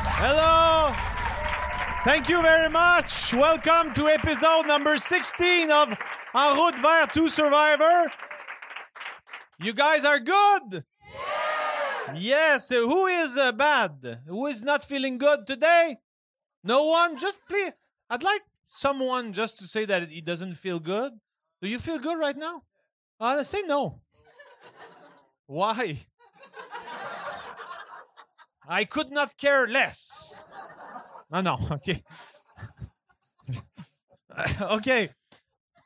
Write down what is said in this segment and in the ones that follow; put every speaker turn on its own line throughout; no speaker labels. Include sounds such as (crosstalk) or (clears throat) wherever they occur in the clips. Hello. Thank you very much. Welcome to episode number 16 of En route vers to Survivor. You guys are good. Yes. uh, Who is uh, bad? Who is not feeling good today? No one. Just please. I'd like someone just to say that he doesn't feel good. Do you feel good right now? Uh, say no. Why? I could not care less. No, no, (laughs) okay. okay.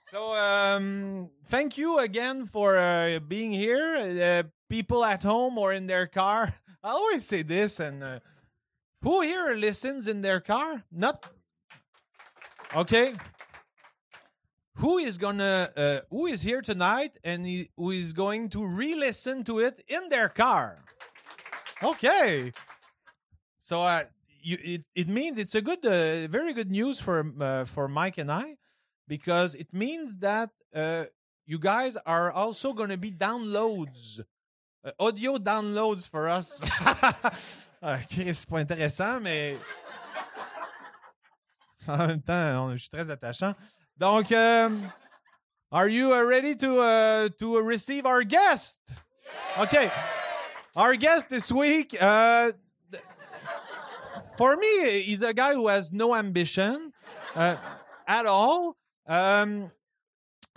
So, um, thank you again for uh, being here. Uh, people at home or in their car. (laughs) I always say this, and uh, who here listens in their car? Not. Okay. Who is gonna? Uh, who is here tonight, and he- who is going to re-listen to it in their car? Okay. So uh, you, it it means it's a good, uh, very good news for uh, for Mike and I, because it means that uh, you guys are also going to be downloads, uh, audio downloads for us. (laughs) Ah, ok, c'est pas intéressant, mais (laughs) en même temps, on- je suis très attachant. Donc, euh, are you uh, ready to uh, to receive our guest? Okay. Our guest this week, uh, th- for me, he's a guy who has no ambition uh, at all. Um,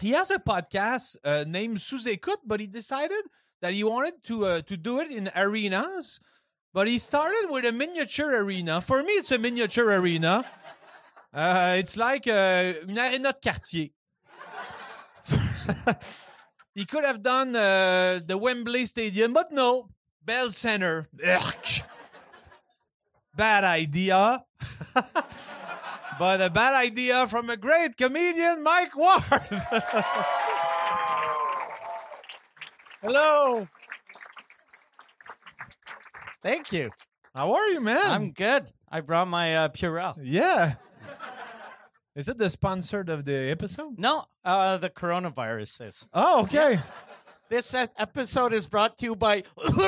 he has a podcast uh, named Sous Écoute, but he decided that he wanted to uh, to do it in arenas. But he started with a miniature arena. For me, it's a miniature arena. Uh, it's like uh, une arena de quartier. (laughs) He could have done uh, the Wembley Stadium, but no, Bell Center. Ugh. Bad idea. (laughs) but a bad idea from a great comedian, Mike Ward. (laughs) Hello.
Thank you.
How are you, man?
I'm good. I brought my uh, Purell.
Yeah. Is it the sponsor of the episode?
No, uh, the coronavirus is.
Oh, okay.
This e- episode is brought to you by. (laughs)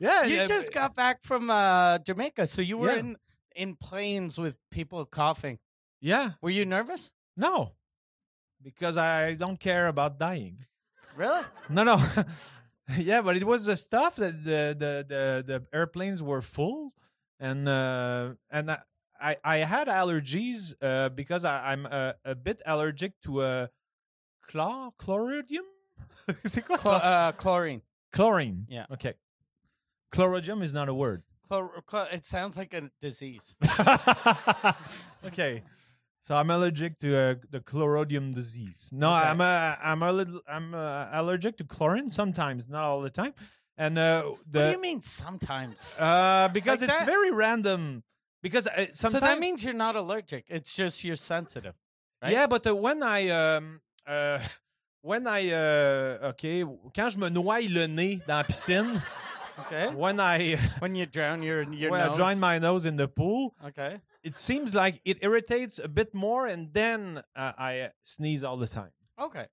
Yeah. yeah,
you just got back from uh, Jamaica, so you were
Yeah.
in in planes with people coughing.
Yeah.
Were you nervous?
No. Because I don't care about dying.
Really?
No, no. (laughs) yeah, but it was the stuff that the the the, the airplanes were full, and uh, and I, I I had allergies uh, because I, I'm uh, a bit allergic to uh, chlor (laughs) chloridium. C'est quoi
Chlor-
chlor-
uh, chlorine.
chlorine?
yeah.
Okay. Chloridium is not a word.
Chlor- chlor- it sounds like a disease.
(laughs) okay. So I'm allergic to uh, the chlorodium disease. No,
Okay.
I'm uh, I'm a little, I'm uh, allergic to chlorine sometimes, not all the time. And uh, the
what do you mean sometimes?
uh, because
Like
it's
that?
very random. Because uh,
so
sometimes,
that means you're not allergic. It's just you're sensitive. right?
yeah, but uh, when I um, uh, (laughs) when I uh, okay, quand je me noie le nez dans la piscine,
(laughs) Okay.
when I
When you drown your your
when
nose.
I join my nose in the pool,
okay.
it seems like it irritates a bit more, and then uh, I uh, sneeze all the time.
Okay.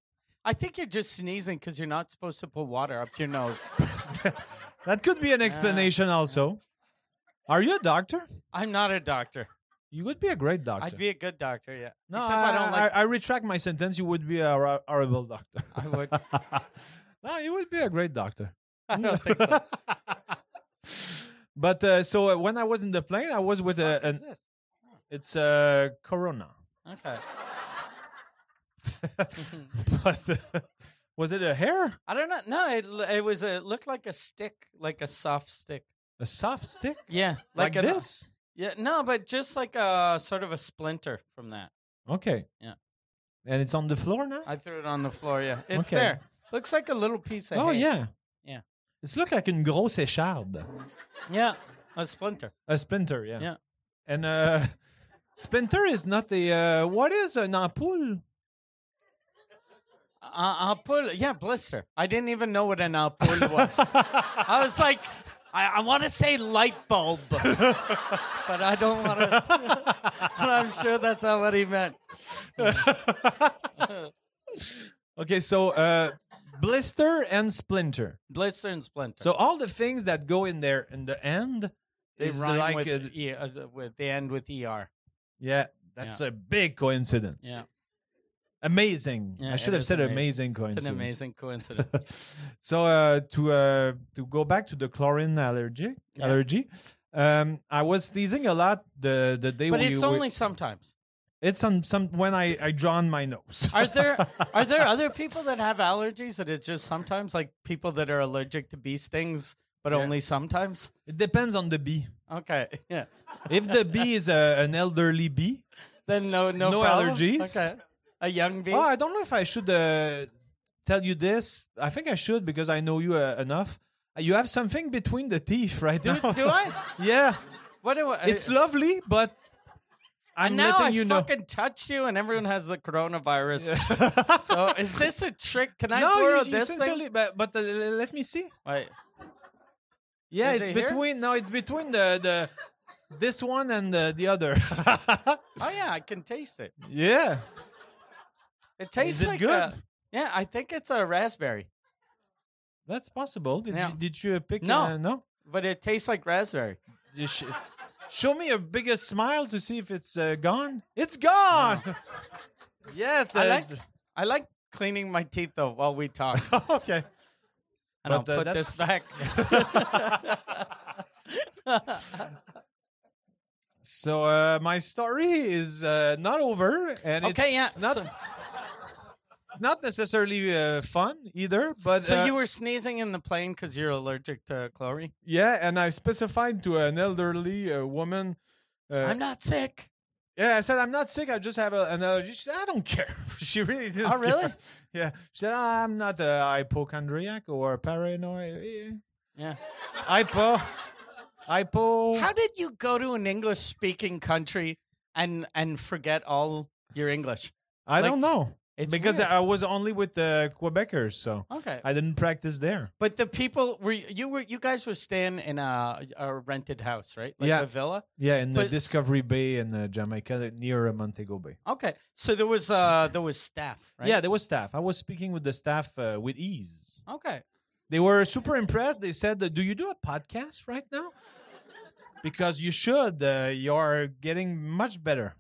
I think you're just sneezing because you're not supposed to put water up your
(laughs)
nose.
That could be an explanation,
Uh,
also. Are you a doctor?
I'm not a doctor.
You would be a great doctor.
I'd be a good doctor, yeah.
no,
Except I, don't like.
I, I retract my sentence. You would be a hor- horrible doctor. (laughs)
(laughs) I would.
no, you would be a great doctor.
(laughs) I don't think so.
but uh, so uh, when I was in (laughs) the plane, I was with a. An, it's uh,
(laughs)
Corona. (laughs)
Okay. (laughs)
but uh, was it a hair?
I don't know. No, it l- it was a it looked like a stick, like a soft stick.
A soft stick?
Yeah,
Like,
an- uh,
this?
Yeah, no, but just like a sort of a splinter from that.
Okay.
Yeah.
And it's on the floor now?
I threw it on the floor. Yeah, it's
Okay.
there. Looks like a little piece of.
oh,
hay.
yeah.
Yeah.
It's look like une grosse écharde.
yeah, a splinter.
A splinter, yeah.
Yeah.
And uh, splinter is not a. Uh, what is an ampoule?
Uh, I'll put yeah blister. I didn't even know what an
(laughs)
apple was. I was like, I, I want to say light bulb, but I don't want to. (laughs) But I'm sure that's not what he meant.
okay, so uh, blister and splinter.
Blister and Splinter.
So all the things that go in there in the end
they
is
rhyme
like
with,
a,
E- uh, the- with they end with er.
yeah, that's a big coincidence.
Yeah,
Amazing.
Yeah,
I should
it
have
is
said amazing
amazing. it's
coincidence.
an
(laughs)
amazing coincidence.
so uh, to uh, to go back to the chlorine allergy
Yeah.
allergy, um, I was sneezing a lot the the day
but
we
it's
we-
only sometimes.
it's on some when I I drawn my nose.
Are there are there other people that have allergies that it's just sometimes like people that are allergic to bee stings, but
Yeah.
only sometimes?
(laughs) it depends on the bee.
Okay, (laughs) yeah.
If the bee is a, an elderly bee,
Then no no,
No
problem?
allergies?
Okay, a young bee.
oh, I don't know if I should uh, tell you this. I think I should because I know you uh, enough. Uh, You have something between the teeth right
do,
now.
do I?
(laughs) yeah,
What do I?
(laughs) it's lovely, but I'm
and now
letting
I
you know.
fucking touch you, and everyone has the coronavirus. (laughs)
(laughs)
so is this a trick? Can I
no, you-
borrow
you,
this
sincerely,
thing?
but but uh, let me see.
Wait.
Yeah,
Is
it's
it here?
between. No, it's between the the this one and the, the other. (laughs)
Oh yeah, I can taste it.
yeah.
It tastes
it
like
good?
a- yeah, I think it's a raspberry,
That's possible. Did
Yeah.
you, did you uh, pick?
No.
uh, no.
but it tastes like raspberry.
You sh- show me your biggest smile to see if it's uh, gone. It's gone. (laughs) yes.
I like
that's-
I like cleaning my teeth though while
(laughs)
we talk,
okay.
and I'll
But, uh,
put
that's-
this back.
So uh, my story is uh, not over, (laughs) and
(laughs) okay, yeah.
it's not
so,
it's not necessarily uh, fun either. But
so
uh,
you were sneezing in the plane because you're allergic to chlorine.
yeah, and I specified to an elderly uh, woman. Uh,
I'm not sick.
Yeah, I said I'm not sick. I just have a, an allergy. She said I don't (laughs) care. she really didn't.
Oh, really?
care. Yeah. She said "Ah, I'm not a hypochondriac or a paranoid. eh,
Yeah.
Hypo. Hypo.
How did you go to an English speaking country and and forget all your English?
I
like,
don't know
It's
because
weird.
I was only with the Quebecers, so
okay.
I didn't practice there.
But the people were you were you guys were staying in a, a rented house, right? Like
Yeah.
a villa.
Yeah, in the
But-
Discovery Bay in uh, Jamaica, near uh, Montego Bay.
Okay, so there was uh there was staff, right?
Yeah, there was staff. I was speaking with the staff uh, with ease.
Okay.
They were super impressed. They said, uh, "Do you do a podcast right now? Because you should. Uh, you're getting much better."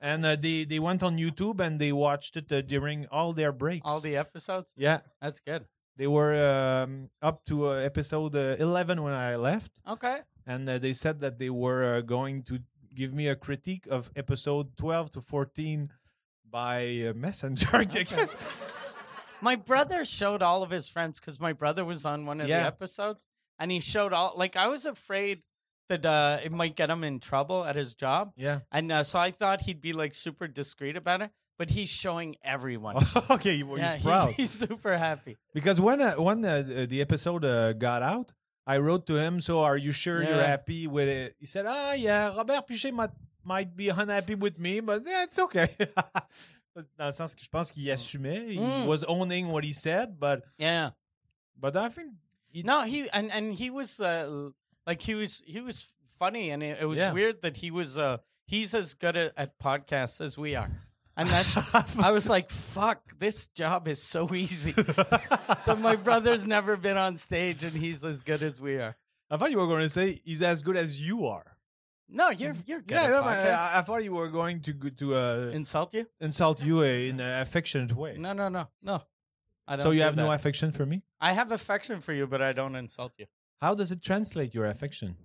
And uh, they they went on YouTube and they watched it uh, during all their breaks.
All the episodes.
yeah,
That's good.
they were um, up to uh, episode uh, eleven when I left,
Okay.
and uh, they said that they were uh, going to give me a critique of episode twelve to fourteen by uh, (laughs) messenger. I guess.
My brother showed all of his friends because my brother was on one of
Yeah.
the episodes, and he showed all. Like I was afraid that uh, it might get him in trouble at his job,
Yeah. (laughs)
and uh, so I thought he'd be like super discreet about it. But he's showing everyone.
okay, you were Oh, (laughs) he's
Yeah, he-
proud.
he's super happy.
Because when uh, when uh, th- the episode uh, got out, I wrote to him. So are you sure you're
Yeah.
happy with it? He said, Ah, yeah. Robert Piché might might be unhappy with me, but that's okay. (laughs) Dans le sens que je pense qu'il assumait, he
Mm.
was owning what he said, but
Yeah.
but I
(laughs)
think
No, he and and he was uh, l- like he was he was funny, and it, it was
Yeah.
weird that he was uh he's as good at, at podcasts as we are,
(laughs)
and that I was like, fuck, this job is so easy. but my brother's never been on stage, and he's as good as we are.
(laughs) I thought you were going to say he's as good as you are.
No, you're you're good.
Yeah,
at
no, but uh,
podcasts.
I, I thought you were going to go- to uh,
insult you?
insult you uh, in an affectionate way.
No, no, no, no. I don't
so you
do
have no
that.
affection for me.
I have affection for you, but I don't insult you.
How does it translate your affection?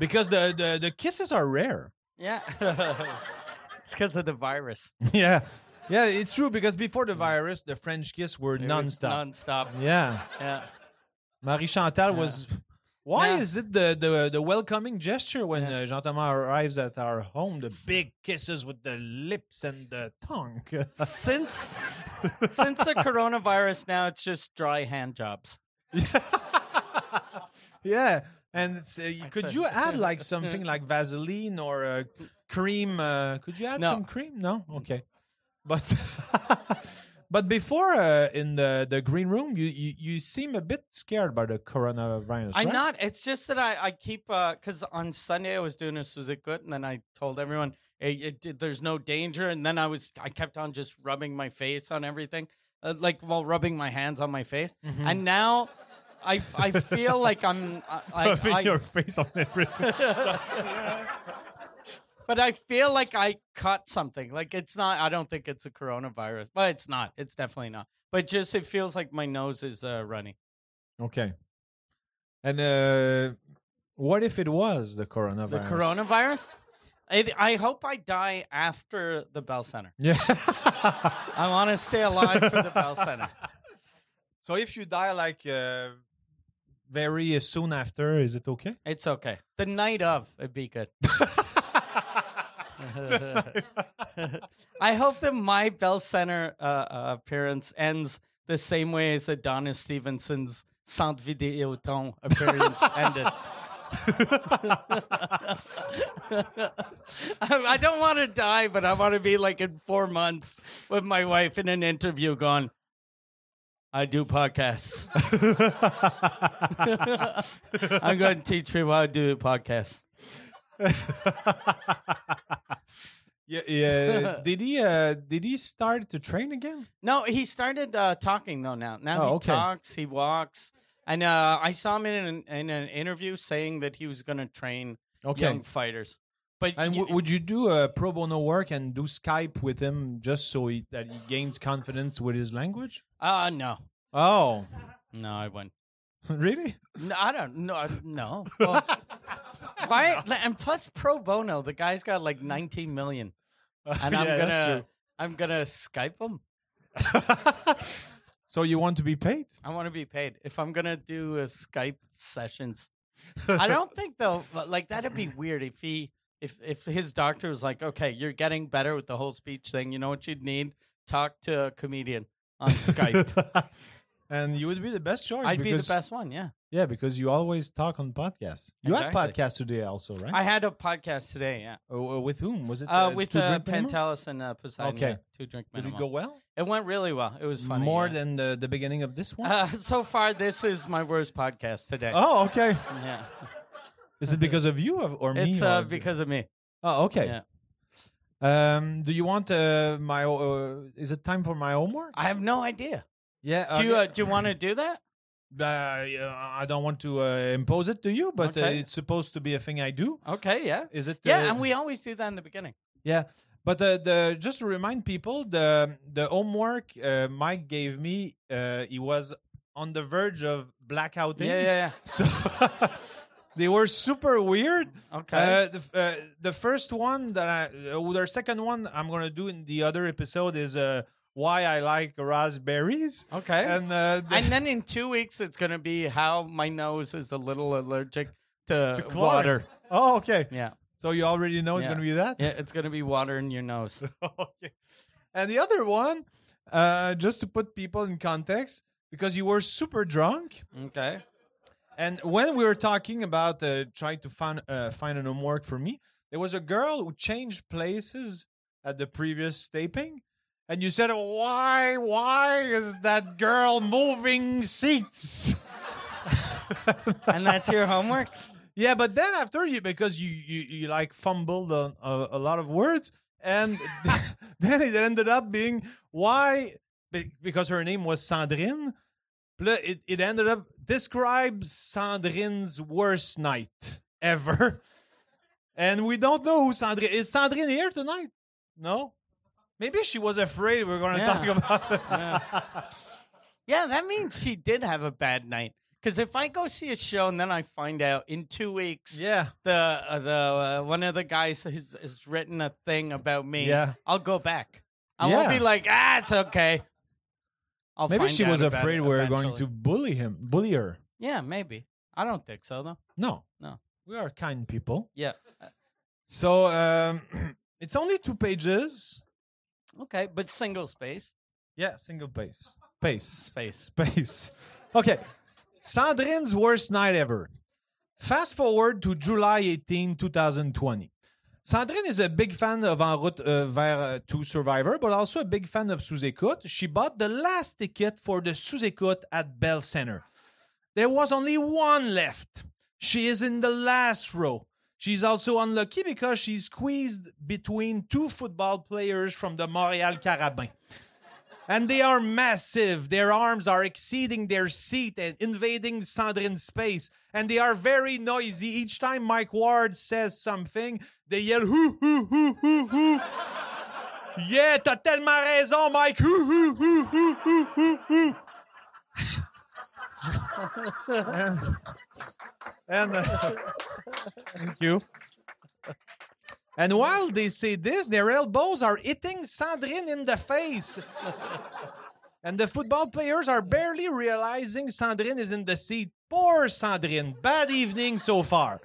Because the the, the kisses are rare. (laughs)
Yeah, (laughs) it's because of the virus.
yeah. Yeah, it's true because before the virus, the French kiss were
Mm. It was
nonstop.
nonstop.
yeah.
Yeah.
Marie Chantal
Yeah.
was why
Yeah.
is it the, the the welcoming gesture when
Yeah.
uh, Jean Thomas arrives at our home? The big kisses with the lips and the
(laughs)
tongue.
since since the coronavirus now it's just dry hand jobs
(laughs) yeah, and it's, uh, y- could
Excellent.
you
(laughs)
add like something like Vaseline or uh, cream? Uh, could you add
No.
some cream? No, okay, but (laughs) but before uh, in the the green room, you, you you seem a bit scared by the coronavirus.
i'm
right?
not it's just that i i keep uh because on sunday i was doing this was it good and then i told everyone "Hey, it, did- there's no danger and then i was i kept on just rubbing my face on everything uh, like while rubbing my hands on my face,
Hmm.
Mm-hmm.
and now I, f- I feel like I'm
(laughs)
I, I,
Rubbing
I-
your face on everything.
but I feel like I caught something. Like it's not. I don't think it's a coronavirus, but it's not. It's definitely not. But just it feels like my nose is uh, running.
(laughs) Okay. And uh, what if it was the coronavirus?
The coronavirus. It, I hope I die after the Bell Center.
Yeah. (laughs)
I want to stay alive for the Bell Center.
so if you die like uh, very uh, soon after, is it
(laughs)
okay? (laughs)
It's okay. The night of, it'd be good. I hope that my Bell Center uh, uh, appearance ends the same way as Adonis Stevenson's Sainte Videoton appearance ended. (laughs) I I don't want to die, but I want to be like in four months with my wife in an interview going, I do podcasts. I'm going to teach people how to do podcasts.
Yeah. yeah. did he? Uh, did he start to train again?
No, he started uh, talking though now. Now
Oh,
he
okay.
talks, he walks, and uh, I saw him in an, in an interview saying that he was going to train
Okay.
young fighters. But
And
y-
w- would you do uh, pro bono work and do Skype with him just so he, that he gains confidence with his language?
uh, no,
Oh,
no, I wouldn't.
(laughs) really?
No, I don't. No, I- no.
(laughs)
Well, why? And plus, pro bono, the guy's got like 19 million, (laughs) and
(laughs)
I'm
Yeah, that's
gonna, I'm gonna Skype him.
So you want to be paid?
I want to be paid. If I'm gonna do a Skype sessions,
(laughs)
I don't think though. But like that'd be weird if he if if his doctor was like, okay, you're getting better with the whole speech thing. You know what you'd need? Talk to a comedian
(laughs)
on Skype.
and you would be the best choice.
I'd be the
because-
best one. Yeah,
Yeah, because you always talk on podcasts. You had
Exactly.
podcasts today also, right?
I had a podcast today. Yeah,
Uh, with whom was it?
uh, with
Two
uh,
Drink Minimum?
Pantelis and uh, Poseidon.
Okay.
yeah, two drink
Did it
minimum.
go well?
It went really well. It was funny.
More
yeah.
than the, the beginning of this one.
(laughs) Uh, so far, this is my worst podcast today.
oh, okay.
Yeah,
Is it because of you or, or me?
it's uh,
or-
because of me.
Oh, okay.
Yeah.
Um, do you want uh, my? Uh, is it time for my homework?
I have no idea.
yeah.
Do you
okay.
uh, do you want to do that?
Uh, yeah, I don't want to uh, impose it to you, but
Okay.
uh, it's supposed to be a thing I do.
Okay, yeah.
Is it?
Yeah,
uh,
and we always do that in the beginning.
Yeah, but uh, the just to remind people, the the homework uh, Mike gave me, uh, he was on the verge of blackouting.
Yeah, yeah,
(laughs) So they were super weird.
yeah. Okay.
Uh, the, f- uh, the first one that I, uh, the second one I'm gonna do in the other episode is uh, why I like raspberries.
okay.
And
And,
uh, (laughs) the-
then in two weeks, it's going to be how my nose is a little allergic to,
To chlorine.
water.
oh, okay.
Yeah,
So you already know it's
Yeah.
gonna be that.
yeah. It's going to be water in your nose.
(laughs) okay. And the other one, uh, just to put people in context, because you were super drunk,
(laughs) Okay.
and when we were talking about uh, trying to find uh, find an homework for me, there was a girl who changed places at the previous taping, and you said, "Why, why is that girl moving seats?" (laughs)
And that's your homework.
Yeah, but then after you, because you you, you like fumbled on a, a lot of words, and (laughs) then it ended up being why Be- because her name was Sandrine. Pla- It it ended up describes Sandrine's worst night ever, (laughs) and we don't know who Sandrine is. Sandrine here tonight? No. Maybe she was afraid we were going to
Yeah.
talk about it.
Yeah, that means she did have a bad night. Because if I go see a show and then I find out in two
(laughs)
weeks,
Yeah.
the uh, the uh, one of the guys has, has written a thing about me.
Yeah.
I'll go back. I
Yeah.
won't be like, ah, it's okay. I'll
Maybe
find
she
out
was
about
afraid
it
we were going
eventually.
to bully him, bully her.
Yeah, maybe. I don't think so though.
No.
No.
We are kind people.
Yeah.
So um, (clears throat) it's only two pages.
Okay, but single space.
Yeah, single pace. Pace.
Space.
Space. (laughs) Okay. Sandrine's worst night ever. Fast forward to July 18, 2020. Sandrine is a big fan of En route uh, vers uh, to Survivor, but also a big fan of Sous Écoute. She bought the last ticket for the Sous Écoute at Bell Center. There was only one left. She is in the last row. She's also unlucky because she's squeezed between two football players from the Montreal Carabins. And they are massive. Their arms are exceeding their seat and invading Sandrine's space. And they are very noisy. Each time Mike Ward says something, they yell, hoo, hoo, hoo, hoo, hoo. yeah, t'as tellement raison, Mike. Hoo, hoo, hoo, hoo, hoo, hoo, hoo. and, (laughs) and, uh, thank you. And while they say this, their elbows are hitting Sandrine in the face. and the football players are barely realizing Sandrine is in the seat. Poor Sandrine. Bad evening so far.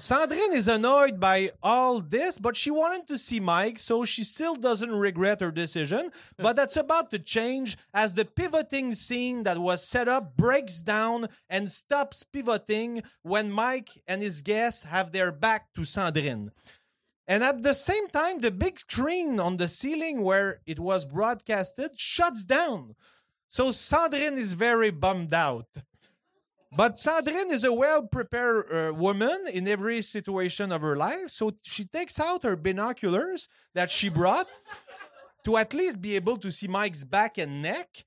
Sandrine is annoyed by all this, but she wanted to see Mike, so she still doesn't regret her decision. But that's about to change as the pivoting scene that was set up breaks down and stops pivoting when Mike and his guests have their back to Sandrine. And at the same time, the big screen on the ceiling where it was broadcasted shuts down. So Sandrine is very bummed out. But Sandrine is a well prepared uh, woman in every situation of her life. So she takes out her binoculars that she brought to at least be able to see Mike's back and neck.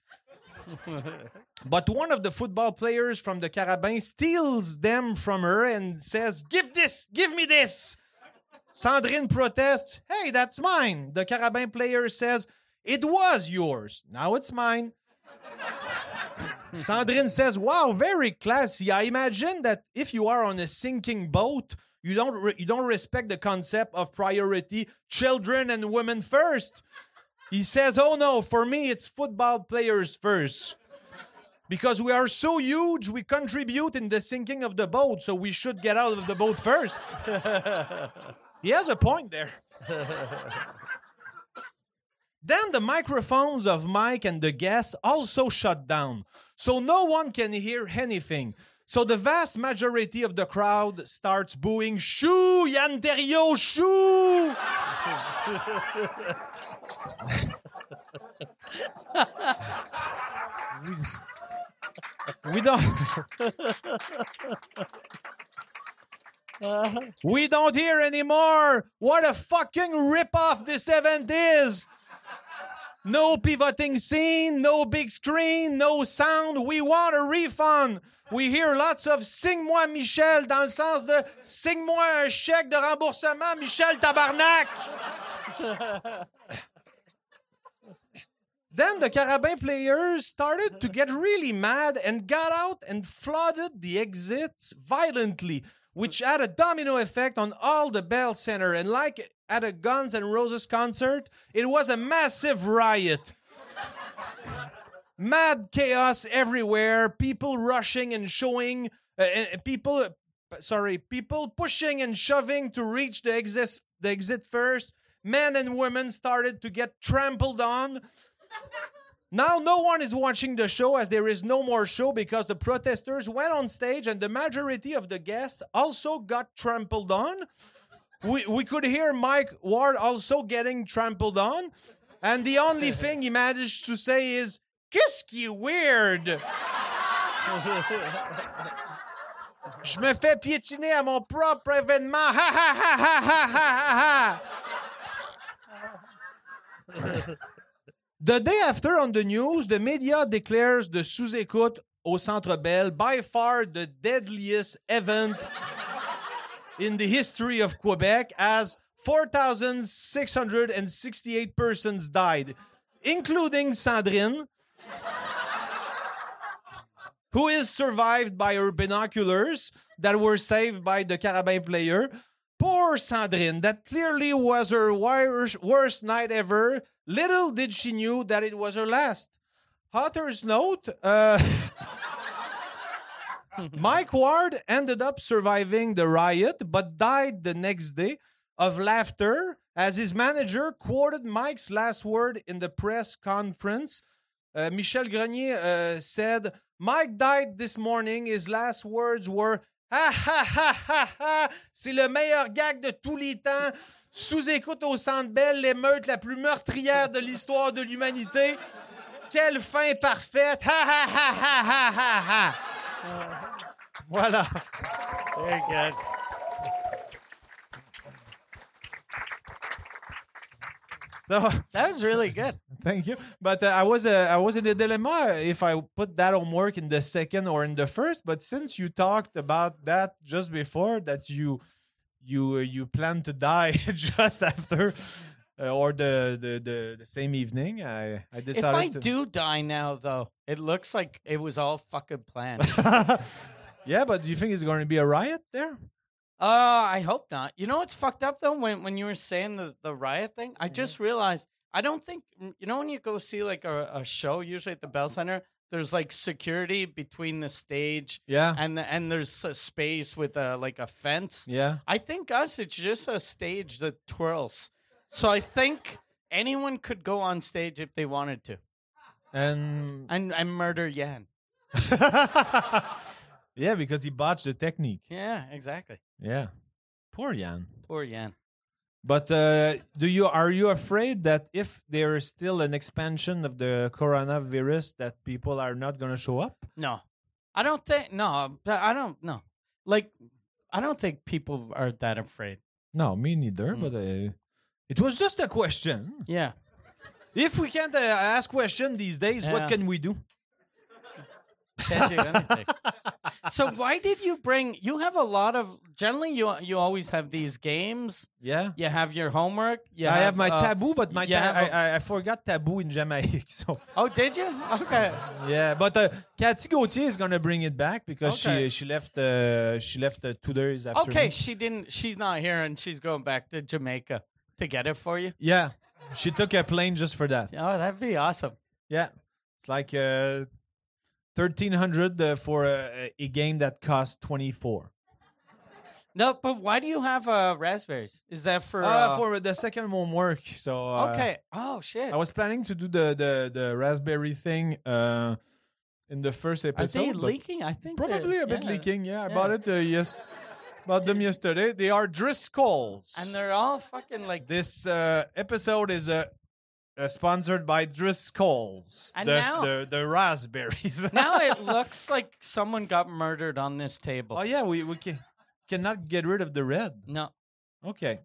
but one of the football players from the Carabin steals them from her and says, Give this, give me this. Sandrine protests, Hey, that's mine. The Carabin player says, It was yours. Now it's mine. Sandrine says, "Wow, very classy. I imagine that if you are on a sinking boat, you don't re- you don't respect the concept of priority, children and women first. He says, "Oh no, for me it's football players first. Because we are so huge, we contribute in the sinking of the boat, so we should get out of the boat first." he has a point there. Then the microphones of Mike and the guests also shut down, so no one can hear anything. So the vast majority of the crowd starts booing, Shoo, Yanderio, shoo! (laughs) we, we don't. we don't hear anymore! What a fucking ripoff this event is! No pivoting scene, no big screen, no sound. We want a refund. We hear lots of signe-moi Michel dans le sens de signe-moi un chèque de remboursement Michel Tabarnak. then the Carabin players started to get really mad and got out and flooded the exits violently, which had a domino effect on all the Bell Center. And like at a Guns N' Roses concert, it was a massive riot. Mad chaos everywhere, people rushing and showing, uh, uh, people, uh, p- sorry, people pushing and shoving to reach the exit, the exit first. Men and women started to get trampled on. Now no one is watching the show as there is no more show because the protesters went on stage and the majority of the guests also got trampled on. We we could hear Mike Ward also getting trampled on, and the only thing he managed to say is "Qu'est-ce weird." Je me fais piétiner à mon propre événement. Ha ha ha ha ha ha ha ha. The day after on the news, the media declares the sous-écoute au Centre Bell by far the deadliest event (laughs) in the history of Quebec as 4,668 persons died, including Sandrine, who is survived by her binoculars that were saved by the Carabin player. Poor Sandrine, that clearly was her wor- worst night ever. Little did she knew that it was her last. Author's note. Uh, (laughs) Mike Ward ended up surviving the riot, but died the next day of laughter as his manager quoted Mike's last word in the press conference. Uh, Michel Grenier uh, said, Mike died this morning. His last words were, Ah ha ha ha ha, c'est le meilleur gag de tous les temps. Sous écoute au Centre Bell, l'émeute la plus meurtrière de l'histoire de l'humanité. Quelle fin parfaite! Ha ha ha ha ha ha ha! Voilà.
Very good.
So
That was really good.
thank you. But uh, I was uh, I was in a dilemma if I put that homework in the second or in the first. But since you talked about that just before that you you uh, you plan to die (laughs) just after uh, or the, the the the same evening, I I
If I
decided to.
do die now, though, it looks like it was all fucking (laughs) planned. uh,
(laughs) yeah, but do you think it's going to be a riot there?
Uh, I hope not. You know what's fucked up though? When when you were saying the the riot thing, I just realized I don't think you know when you go see like a, a show, usually at the Bell Center, there's like security between the stage
Yeah,
and the, and there's a space with a like a fence.
yeah.
I think us, it's just a stage that twirls. So I think anyone could go on stage if they wanted to
And
and and murder Yan.
(laughs) yeah, because he botched the technique.
Yeah, exactly.
Yeah. Poor Jan.
Poor Yan.
But uh, do you are you afraid that if there is still an expansion of the coronavirus that people are not going to show up?
No, I don't think. No, but I don't. No, like I don't think people are that afraid.
No, me neither.
Mm.
But uh, it was just a question.
Yeah,
If we can't uh, ask question these days, what
Yeah.
can we do?
can't do anything. (laughs) so why did you bring? You have a lot of. Generally, you you always have these games.
Yeah.
You have your homework. You
I have my
uh,
taboo, but my
you
ta-
have
I
a-
I- I forgot taboo in Jamaica. (laughs) So
Oh, did you? Okay.
yeah, but uh, Cathy Gauthier is gonna bring it back because she
Okay.
she left uh, she left uh, two days after.
Okay,
me.
she didn't. She's not here, and she's going back to Jamaica to get it for you.
Yeah, she took a plane just for that.
Oh, that'd be awesome.
Yeah, it's like uh, thirteen hundred uh, for a, a game that costs twenty four.
No, but why do you have uh, raspberries? Is that for?
Uh,
uh,
for the second homework, so uh,
okay. Oh shit.
I was planning to do the the, the raspberry thing uh, in the first
Are
episode.
they
but
leaking? I think
Probably
they're-
a bit
yeah.
leaking. Yeah, I bought it. Uh, yes, bought them yesterday. They are Driscoll's.
And they're all fucking
(laughs)
like.
this uh, episode is uh, uh, sponsored by Driscoll's.
And
the,
now-
the the raspberries. (laughs)
now it looks like someone got murdered on this table.
Oh yeah, we we can, cannot get rid of the red.
No,
Okay.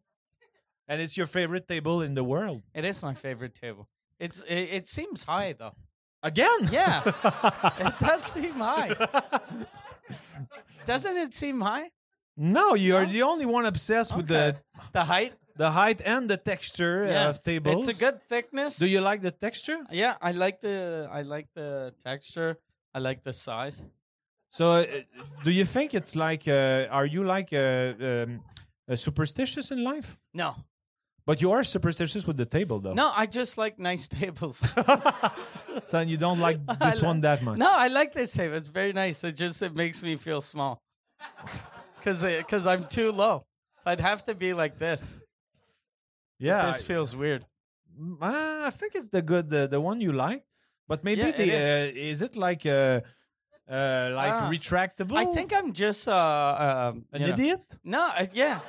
And it's your favorite table in the world.
it is my favorite table. It's it, it seems high
(laughs)
though.
Again?
Yeah, it does seem high. (laughs) Doesn't it seem high?
(laughs) no, you are the only one obsessed with the
Okay. The height.
the height and the texture
Yeah.
of tables.
It's a good thickness.
Do you like the texture?
Yeah, I like the I like the texture. I like the size.
So, uh, do you think it's like? Uh, are you like uh, um, uh, superstitious in life?
No,
But you are superstitious with the table, though.
no, I just like nice (laughs) tables.
so you don't like
(laughs) I
this
lo-
one that much.
no, I like this table. It's very nice. It just it makes me feel small (laughs) because because I'm too low. So I'd have to be like this.
yeah,
this
I-
feels weird.
Mm, ah, I think it's the good, the, the one you like. But maybe
Yeah, it
the is. Uh, is it like uh, uh, like
Ah.
retractable?
I think I'm just uh um
an
you know.
idiot.
(laughs) No, uh, yeah.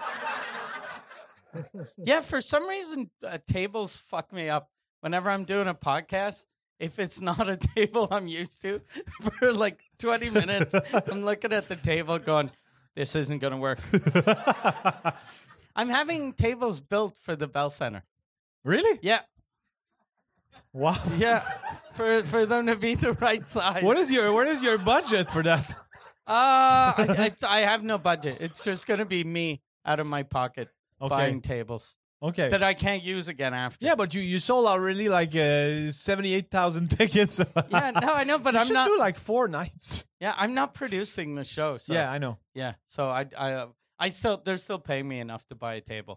yeah, for some reason, uh, tables fuck me up. Whenever I'm doing a podcast, if it's not a (laughs) table I'm used to, (laughs) for like 20 minutes, I'm looking at the table going, this isn't going to
(laughs)
work. I'm having tables built for the Bell Center.
really?
Yeah,
Wow.
yeah. For, for them to be the right size.
What is your what is your budget for
(laughs)
that?
Uh, I, I, I have no budget. It's just going to be me out of my pocket
Okay.
buying tables
Okay.
that I can't use again after.
yeah, but you you sold already like uh, seventy eight thousand (laughs) tickets.
yeah, no, I know, but
you
I'm
should
not.
do like four nights.
yeah, I'm not producing the show. So
yeah, I know.
yeah. So I, I, uh, I still they're still paying me enough to buy a table,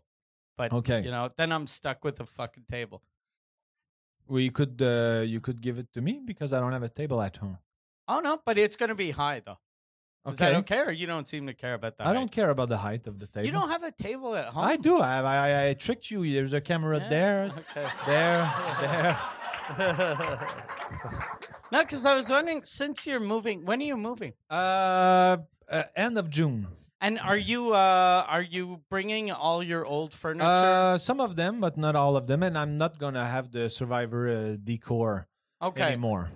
but
Okay.
you know, then I'm stuck with a fucking table.
Well, you could uh, you could give it to me because I don't have a table at home.
Oh no, but it's gonna be high though.
Okay.
Is that okay? Or you don't seem to care about that?
I don't care about the height of the table.
You don't have a table at home. (laughs)
I do. I, I I tricked you. There's a camera
Oh. Yeah,
there,
Okay.
there, there.
No, because I was wondering since you're moving, when are you moving?
Uh, uh, end of June.
And are you uh are you bringing all your old furniture?
Uh, some of them, but not all of them. And I'm not gonna have the Survivor uh, decor
okay.
anymore.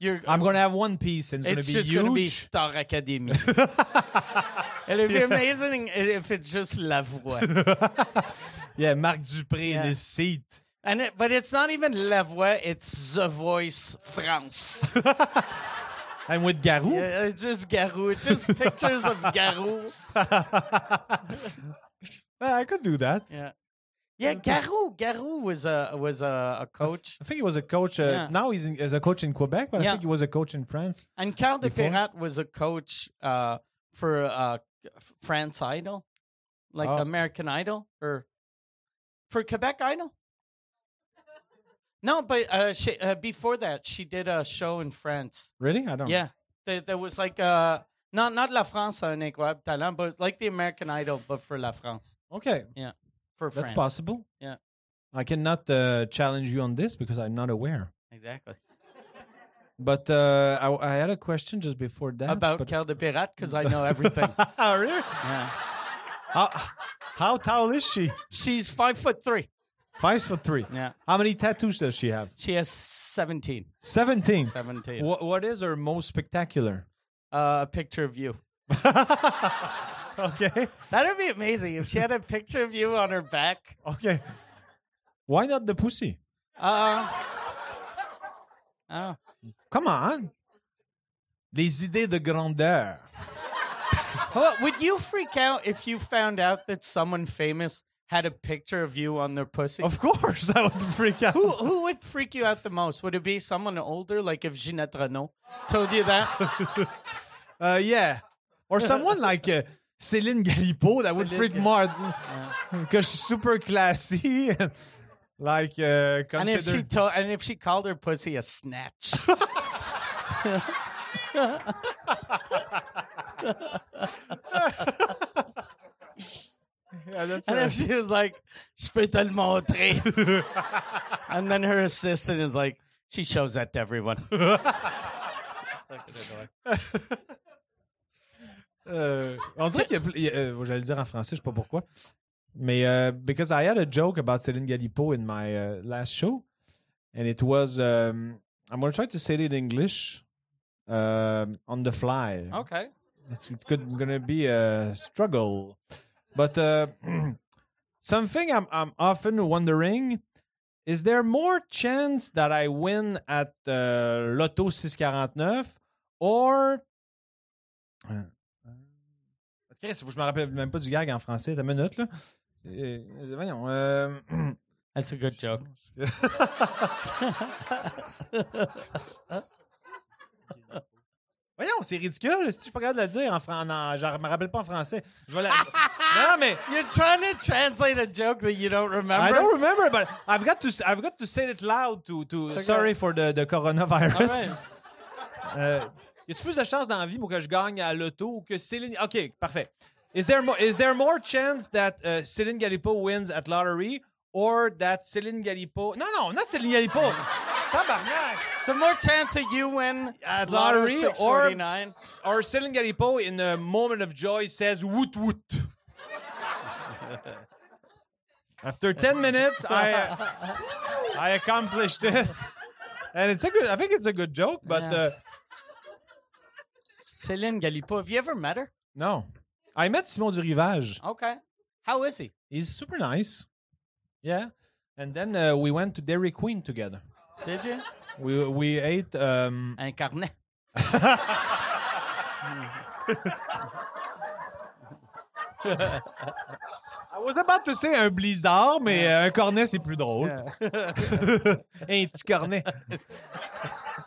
You're
I'm gonna have one piece, and it's,
It's
gonna be
just
huge.
gonna be Star Academy.
(laughs)
It'd be amazing i- if it's just Lavoie.
yeah, Marc Dupré in
Yeah. (laughs)
his seat.
And it, but it's not even La Voix, it's The Voice France.
And with Garou.
Yeah, it's just Garou. It's just pictures of Garou.
(laughs) Yeah, I could do that.
Yeah. Yeah, Garou. Garou was a was a, a coach.
I think he was a coach. Uh,
Yeah.
Now he's in, as a coach in Quebec, but I
Yeah.
think he was a coach in France.
And Carl de
Before?
Ferrat was a coach uh, for uh, F- France Idol, like
Oh.
American Idol, or for Quebec Idol. No, but uh, she, uh, before that, she did a show in France.
Really? I don't.
Yeah, there, there was like uh, not not La France a un incroyable talent, but like the American Idol, but for La France,
Okay,
for
that's
France.
possible.
Yeah.
I cannot uh, challenge you on this because I'm not aware.
Exactly.
But uh, I, I had a question just before that
About
but- Oh,
Carl de Ferrat because I know
(laughs)
(laughs) everything.
really?
yeah.
How, how tall is she?
She's five foot three.
Five foot three.
Yeah.
How many tattoos does she have?
She has 17.
Seventeen.
17.
What, what is her most spectacular? (laughs)
Uh, a picture of you.
okay.
That would be amazing if she had a picture of you on her back.
Okay. Why not the pussy?
Uh, oh.
Come on. Les idées de grandeur.
Well, would you freak out if you found out that someone famous had a picture of you on their pussy?
Of course, (laughs) I would freak out.
who, who would freak you out the most? Would it be someone older, like if Ginette Renault told you (laughs) that?
Uh, yeah. Or someone like uh, Céline Galipo that would
Céline
freak
Gal-
more (laughs) because she's super classy and like uh, considered.
and if she told, and if she called her pussy a snatch, (laughs)
yeah, that's,
and
uh,
if she was like, "Je peux te le (laughs) montrer," and then her assistant is like, "She shows that to everyone."
Euh, on dirait qu'il y a pl- il y a, euh, j'allais le dire en français, je sais pas pourquoi. Mais euh, because I had a joke about Céline Galipo in my uh, last show, and it was um, I'm going to try to say it in English um, on the fly.
(laughs) okay.
It's going to be a struggle, but uh, (clears throat) something I'm I'm often wondering is there more chance that I win at uh, Lotto 649 or euh, Ok, c'est- je me rappelle même pas du gag en français, ta minute là. Euh, voyons, euh, (clears throat)
That's a good joke.
voyons, c'est ridicule. Si je suis pas capable de le dire en français, je me rappelle pas en français. Je vais la... (laughs) non mais
You're trying to translate a joke that you don't remember.
I don't remember, but I've got to s- I've got to say it loud to to.
Okay.
Sorry for the the coronavirus.
All right.
Euh, y a-tu plus de chance dans la vie pour que je gagne à l'auto ou que Céline. OK, parfait. Is there, mo- is there more chance that uh, Céline Galipo wins at lottery or that Céline Galipo. Non, non, not Céline
(laughs)
Galipo. Tabarnak.
So more chance that you win
At
Lotto
lottery or-
649.
Or Céline Galipo in a moment of joy says, woot woot. After 10 minutes, I, I accomplished it. And it's a good, I think it's a good joke, but
Yeah.
uh,
Céline Galipo. Have you ever met her?
no. I met Simon du Rivage.
Okay. How is he?
He's super nice. Yeah. And then uh, we went to Dairy Queen together.
Did you?
We we ate um
Un carnet.
I was about to say un blizzard mais euh, un cornet c'est plus drôle. (laughs) un petit cornet.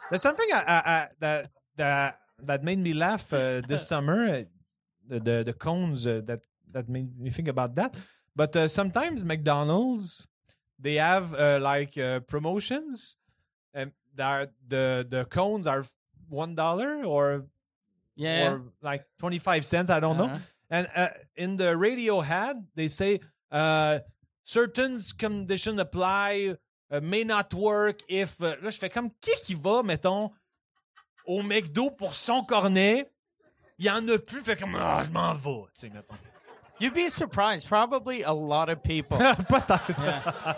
There's something I, I, I, that that that made me laugh uh, this summer uh, the the, the cones uh, that that made me think about that. But uh, sometimes McDonald's they have uh, like uh, promotions and that are- the the cones are one dollar or
Yeah.
or like 25 cents i don't know
Uh-huh.
and uh, in the radio ad they say uh certain conditions apply uh, may not work if uh, là je fais comme qui qui va mettons au McDo pour son cornet il y en a plus fait comme ah je m'en vais tu sais
(laughs)
mettons
You'd be surprised. Probably a lot
(laughs)
of people.
Ah, peut-être
Yeah.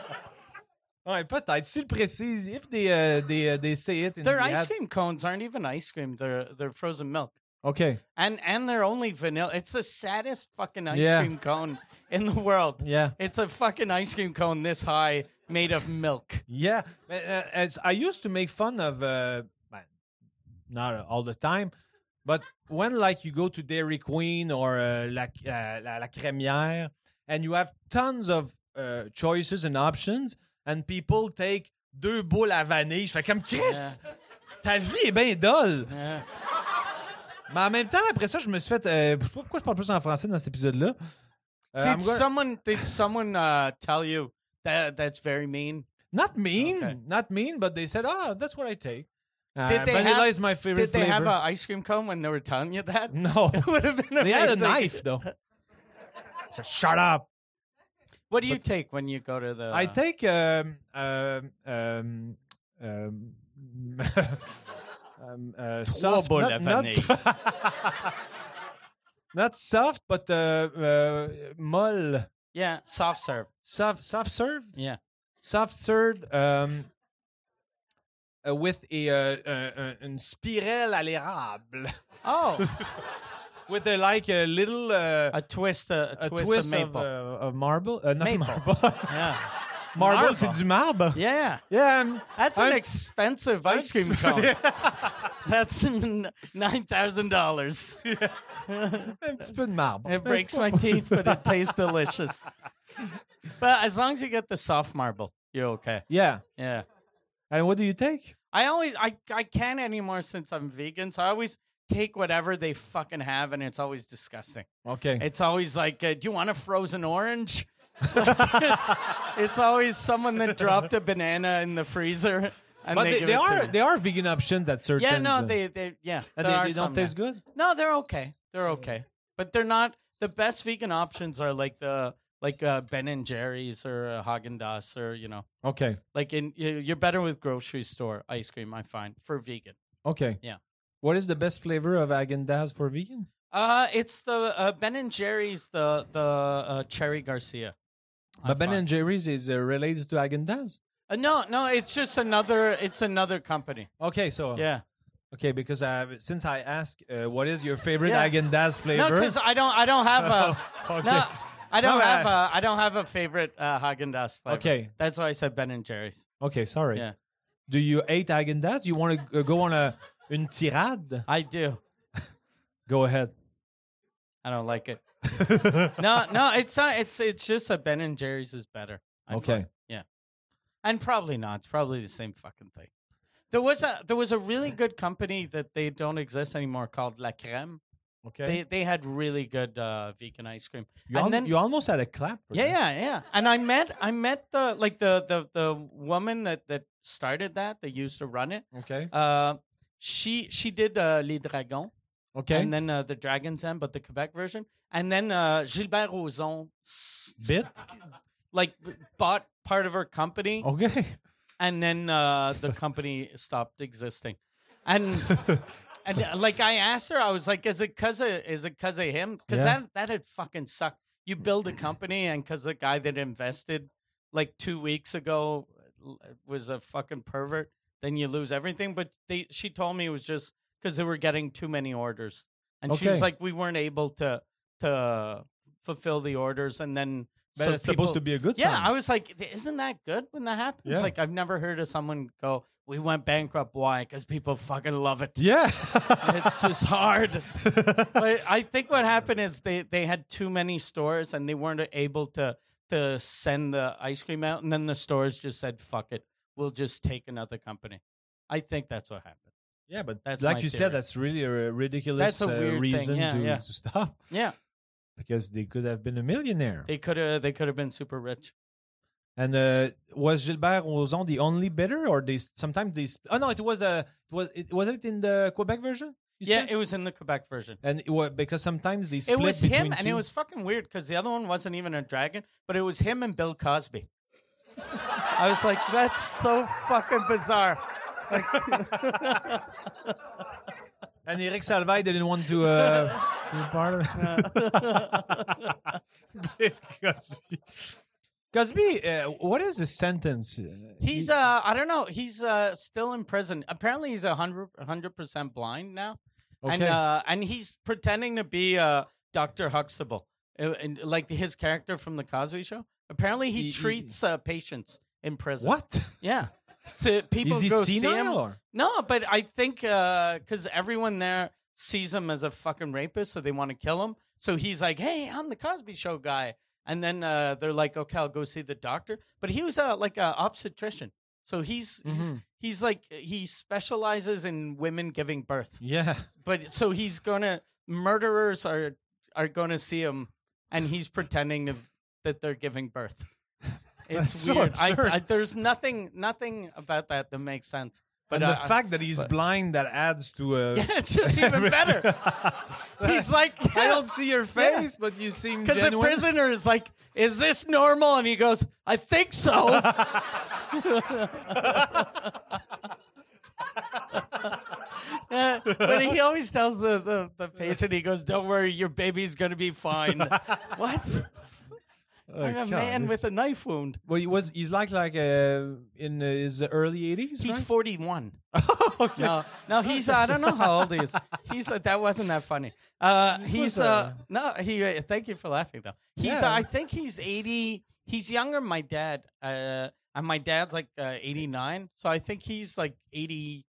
ouais peut-être s'il précise if they uh, they uh, they say it in
Their
the
ice
ad.
cream cones aren't even ice cream. They're they're frozen milk.
okay
And and they're only vanilla. It's the saddest fucking ice
Yeah.
cream cone in the world.
yeah
It's a fucking ice cream cone this high made
(laughs)
of milk.
Yeah, uh, uh, as I used to make fun of, uh, well, not uh, all the time, but when like you go to Dairy Queen or uh, La, uh, La, La Crémière, and you have tons of uh, choices and options, and people take deux boules à vanille, je fais comme Chris, ta vie est bien dole.
Yeah.
Mais en même temps, après ça, je me suis fait, euh, je sais pas pourquoi je parle plus en français dans cet épisode-là. Euh, I'm
Did
gonna-
someone did someone uh, tell you that that's very mean?
Not mean,
Okay.
not mean, but they said, "Oh, that's what I take." Uh,
Did they
vanilla
have-
is my favorite
Did they have
flavor.
an ice cream cone when they were telling you (laughs) that?
no?
It would have been amazing.
They
(laughs)
had a knife though. So shut up.
What do you take when you go to the?
I take um um um um, (laughs) um uh, soft,
boules
not,
à
not,
vanille.
(laughs) not soft, but uh, uh, molle.
yeah soft serve.
Soft, soft serve,
Yeah,
soft serve. Um, uh, with a uh, uh, uh, une spirale à l'érable,
Oh,
(laughs) with a like a little uh,
a twist, a, a
a
twist,
twist
of
of,
maple.
uh, of marble, uh, not
Maple.
marble. (laughs)
yeah,
marble,
Marble.
c'est du marbre.
yeah.
Yeah, um,
That's
Un
an
petit-
expensive ice cream
(laughs)
cone. That's nine thousand dollars.
un petit peu de marbre.
It breaks my teeth, but it tastes delicious. But as long as you get the soft marble, you're okay.
(laughs) Yeah.
Yeah.
And what do you take?
I always I, I can't anymore since I'm vegan, so I always take whatever they fucking have and it's always disgusting.
Okay.
It's always like, uh, do you want a frozen orange? (laughs) it's, it's always someone that dropped a banana in the freezer and
but
they,
they,
give
they
it to
are
me.
they are vegan options at certain.
yeah, no,
uh,
they, they yeah.
and
there
they,
are
they
some
don't
that-
taste good.
No, they're okay. They're okay, but they're not the best vegan options. Are like the like uh, Ben and Jerry's or uh, Haagen Dazs or you know
Okay.
like in you- you're better with grocery store ice cream. I find for vegan.
Okay.
Yeah.
What is the best flavor of Agen Dazs for vegan?
Uh, it's the uh, Ben and Jerry's the the uh, Cherry Garcia. I
but Ben
find.
and Jerry's is uh, related to Agen Dazs.
Uh, no, no, it's just another. It's another company.
Okay, so
Yeah,
okay because uh, since I asked uh, what is your favorite
Yeah.
Agen Dazs
no,
flavor? Oh,
because I don't. I don't have
(laughs)
a.
okay.
No, I don't
No,
have a. I don't have a favorite uh, Haagen Dazs flavor.
Okay.
that's why I said Ben and Jerry's.
Okay, sorry.
Yeah.
Do you hate Agen Dazs? You want to go on a une tirade?
I do.
Go ahead.
I don't like it. (laughs) No, no, it's not. It's it's just a Ben and Jerry's is better. I
Okay.
find. Yeah, and probably not. It's probably the same fucking thing. There was a there was a really good company that they don't exist anymore called La Creme.
Okay.
They they had really good uh, vegan ice cream.
you,
and
al-
then-
you almost had a clap. for
Yeah,
that.
yeah, yeah. And I met I met the like the the the woman that that started that that used to run it.
Okay.
Uh, she she did uh, Les Dragons.
Okay.
and then uh, the Dragon's End, but the Quebec version, and then uh, Gilbert Rozon s- s- (laughs)
Bit.
like bought part of her company,
Okay.
and then uh, the company stopped existing, and
(laughs)
and uh, like I asked her, I was like, is it cause of, is it cause of him? Because
Yeah.
that that had fucking sucked. You build a company, and because the guy that invested like two weeks ago l- was a fucking pervert, then you lose everything. But they, she told me it was just because they were getting too many orders, and she was
Okay.
like, we weren't able to to fulfill the orders, and then
But
so
it's supposed to
people-
be a good
yeah,
sign.
I was like, "Th- isn't that good when that happens?
Yeah.
Like, I've never heard of someone go, we went bankrupt. Why? Because people fucking love it.
yeah.
It's just hard.
(laughs)
but I think what happened is they, they had too many stores and they weren't able to, to send the ice cream out. And then the stores just said, fuck it. We'll just take another company. I think that's what happened.
yeah, but
That's
like
my
you said,
theory.
that's really a r- ridiculous
That's a
uh,
weird thing,
reason
yeah,
to,
yeah.
to stop
Yeah.
because they could have been a millionaire.
They could have they could have been super rich.
and uh, was Gilbert Rozon the only bidder, or they s- sometimes they? Sp- oh no, it was a it was it was it in the Quebec version? You
yeah,
said?
it was in the Quebec version.
and it was, because sometimes they
It
split
was
between
him, and it
two.
was fucking weird because the other one wasn't even a dragon, but it was him and Bill Cosby. I was like, that's so fucking bizarre.
and Eric Salvay didn't want to
(laughs)
uh, be part of it. (laughs) Cosby, Cosby, uh, what is the sentence?
He's, uh, I don't know, he's uh, still in prison. Apparently, he's 100 percent blind now, and
Okay.
uh, and he's pretending to be uh, Doctor Huxtable, uh, and, like his character from the Cosby Show. Apparently, he,
He- he-
treats uh, patients. in prison.
E-, What?
Yeah. To people
Is he
go see him.
senile? or-
No, but I think because everyone there sees him as a fucking rapist, so they want to kill him. So he's like, "Hey, I'm the Cosby Show guy," and then uh, they're like, "Okay, I'll go see the doctor." But he was uh, like an obstetrician, so he's he's,
Mhm.
he's like he specializes in women giving birth.
Yeah.
But so he's gonna murderers are are gonna see him, and he's pretending to, that they're giving
(laughs)
birth. It's
That's so
weird.
absurd.
I, I, there's nothing nothing about that that makes sense. But
But and the
uh,
fact that he's
but-
blind that adds to. Uh,
(laughs) yeah, it's just even
(laughs)
better. He's like,
I don't see
(laughs)
your face, but you seem
because the
genuine.
prisoner is like, "Is this normal?" And he goes, "I think so." (laughs) Uh, but he always tells the, the, the patient, he goes, Don't worry, your baby's going to
(laughs)
be fine. what?
Oh,
and a
God,
man
this-
with a knife wound.
Well, he was. He's like like uh, in uh, his early eighties.
He's
right?
41. (laughs)
(laughs)
No, no, he's. uh, I don't know how old he is. He's. Uh, that wasn't that funny. Uh, he's.
was,
Uh,
uh,
no, he. Uh, thank you for laughing though. He's.
Yeah.
Uh, I think he's eighty. He's younger than my dad. Uh, and my dad's like uh, eighty nine. So I think he's like eighty.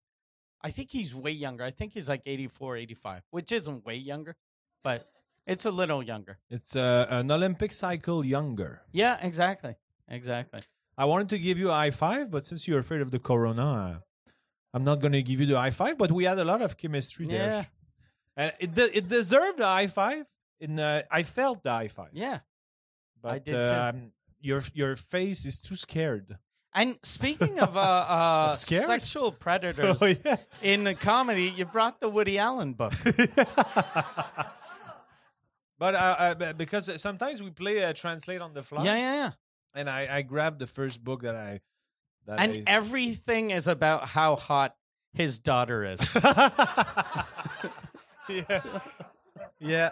I think he's way younger. I think he's like 84, 85, which isn't way younger, but it's a little younger.
It's uh, an Olympic cycle younger.
Yeah, exactly, exactly.
I wanted to give you a high five, but since you're afraid of the corona, uh, I'm not going to give you the high five. But we had a lot of chemistry
Yeah.
there, and it de- it deserved a high five. And uh, I felt the high five.
Yeah.
but
I did too.
um, your your face is too
(laughs)
scared.
And speaking
(laughs)
of uh, uh,
I'm scared. (laughs)
sexual predators
Oh, yeah. (laughs)
in the comedy, you brought the Woody Allen book.
But uh, uh, b- because sometimes we play uh, translate on the fly,
Yeah, yeah, yeah.
and I, I grabbed the first book that I that
And
I-
everything is about how hot his daughter is.
(laughs) yeah. yeah.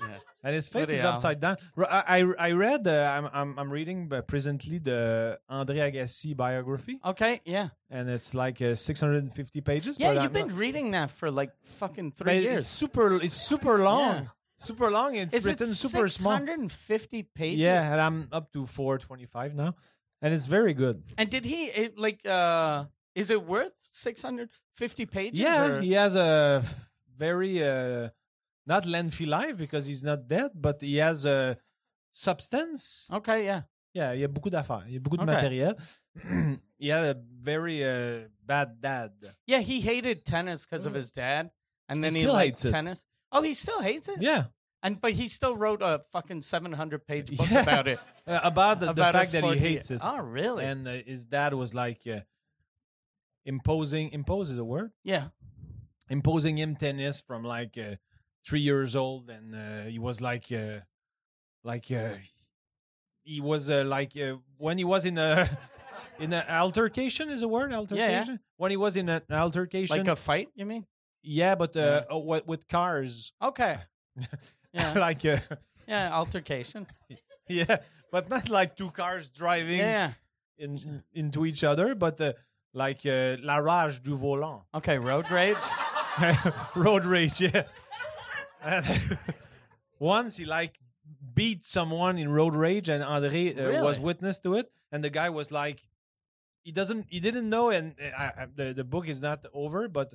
Yeah.
And his face
Bloody
is
hell.
upside down. R- I, I, I read, uh, I'm, I'm, I'm reading uh, presently the Andre Agassi biography,
okay, yeah.
and it's like uh, 650 pages.
Yeah,
but
you've
I'm
been
not-
reading that for like fucking
but
three
it's
years.
super, it's super long.
Yeah.
Super long. It's
Is it
written super small.
650 pages?
Yeah, and I'm up to 425 now. And it's very good.
And did he, it, like, uh, is it worth 650 pages?
Yeah,
or-
he has a very uh, not lengthy life because he's not dead, but he has a substance.
Okay, yeah.
Yeah, il y a beaucoup d'affaires, il y a beaucoup de
Oh. Okay.
matériel. (clears throat) he had a very uh, bad dad.
Yeah, he hated tennis because of his dad. And then he,
Mm. still
liked
hates it.
tennis. Oh, he still hates it?
Yeah,
And but he still wrote a fucking 700 page book
Yeah.
about it.
uh, about (laughs) the,
about
the
a
fact that
sport
he hates it,
Oh, really?
and uh, his dad was like uh, imposing. Impose is a word.
yeah.
Imposing him tennis from like uh, three years old, and uh, he was like, uh, like uh, he was uh, like uh, when he was in a (laughs) in an altercation is a word altercation when he was in an altercation.
Like a fight, you mean?
yeah, but uh, uh, with, with cars. (laughs)
Okay. Yeah.
like uh, (laughs)
yeah, altercation.
yeah, but not like two cars driving
Yeah.
in, into each other, but uh, like uh, la rage du volant,
Okay, road rage.
(laughs) road rage. Yeah. And (laughs) once he like beat someone in road rage, and André uh, was
Really?
witness to it, and the guy was like, he doesn't, he didn't know, and uh, I, I- the the book is not over, but.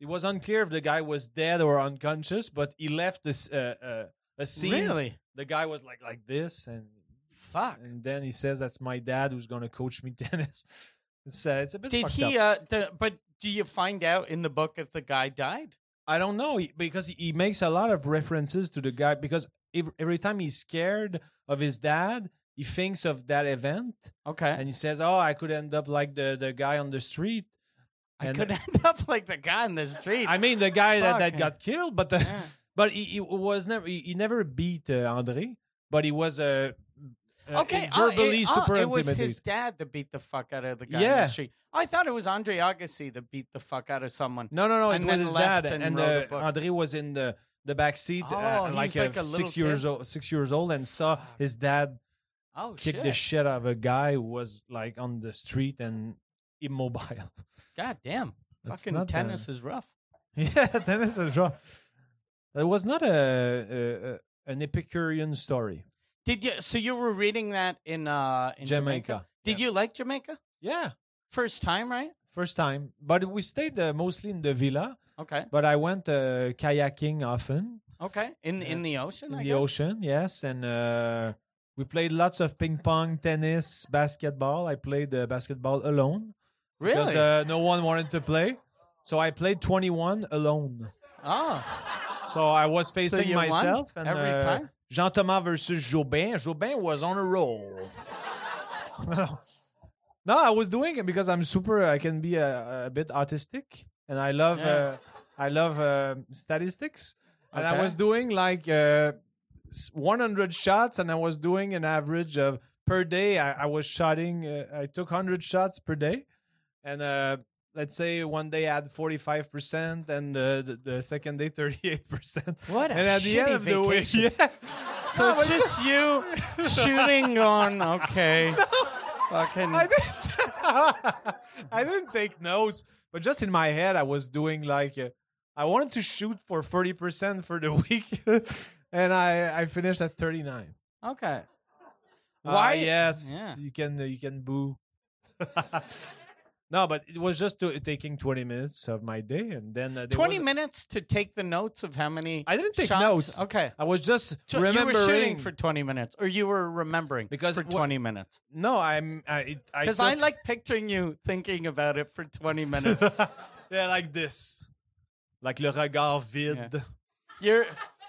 It was unclear if the guy was dead or unconscious, but he left this uh, uh, a scene
Really?
the guy was like like this and
Fuck.
and then he says that's my dad who's gonna coach me (laughs) tennis it's uh, it's a bit
Did
fucked
he
up.
uh d- but do you find out in the book if the guy died?
i don't know he- because he- he makes a lot of references to the guy because ev- every time he's scared of his dad he thinks of that event
Okay.
and he says oh i could end up like the the guy on the street
I
and-
could end up like the guy in the street.
i mean the guy that, that
Fuck. eh?
got killed but the, (laughs)
Yeah.
but he, he was never he, he never beat uh, andre but he was a uh, uh,
Okay, oh, it-
verbally
oh,
super
it was
intimidated.
his dad that beat the fuck out of the guy in
Yeah.
the street. I thought it was Andre Agassi that beat the fuck out of someone.
No, no, no.
And
it was
then
his
left
dad,
and
and,
wrote a book.
uh, Andre was in the the back seat,
Oh,
uh,
he
like,
was like a little
six years old, six years old, and saw
Fuck.
his dad
Oh
kick
shit!
the shit out of a guy who was like on the street and immobile. (laughs)
God damn!
It's
Fucking
not, uh,
tennis is rough.
(laughs) yeah, tennis is wrong. It was not a, a, a an Epicurean story.
Did you? So you were reading that in uh in Jamaica.
Jamaica.
Did you like Jamaica?
Yeah,
First time, right?
first time. But we stayed uh, mostly in the villa.
Okay.
But I went uh, kayaking often
Okay. In
Yeah.
in the ocean.
in
I
the
guess?
ocean. Yes, and uh, we played lots of ping pong, tennis, basketball. I played uh, basketball alone because
Really?
uh, no one wanted to play. So I played 21 alone.
oh.
So I was facing
you won
myself and
every
uh,
time?
Jean Thomas versus Jobin. Jobin was on a roll. (laughs) no, I was doing it because I'm super. I can be a, a bit autistic, and I love
Yeah.
uh, I love uh, statistics. And I
Okay.
was doing like uh, s- 100 shots, and I was doing an average of per day. I, I was shotting. Uh, I took 100 shots per day, and uh, let's say one day I had 45 percent, and uh, the, the the second day (laughs) 38 percent.
What a
And at the end
shitty
of the (laughs) week,
vacation.
yeah.
(laughs) So
No, but
it's just you shooting on. Okay. Fucking.
(laughs) I didn't, (laughs) I didn't take notes, but just in my head, I was doing like uh, I wanted to shoot for 30% for the (laughs) week, and I, I finished at 39.
Okay.
Ah,
Why-
yes,
yeah.
you can you can boo. (laughs) no, but it was just to, taking 20 minutes of my day, and then uh, there
20
was-
minutes to take the notes of how many.
I didn't take
shots?
notes.
Okay.
I was just
So you
remembering
were shooting for 20 minutes, or you were remembering
Because
for
wh-
20 minutes.
no, I'm I it- I
Because I
took-
like picturing you thinking about it for 20 minutes.
(laughs)
(laughs)
yeah, like this. Like le regard vide.
you're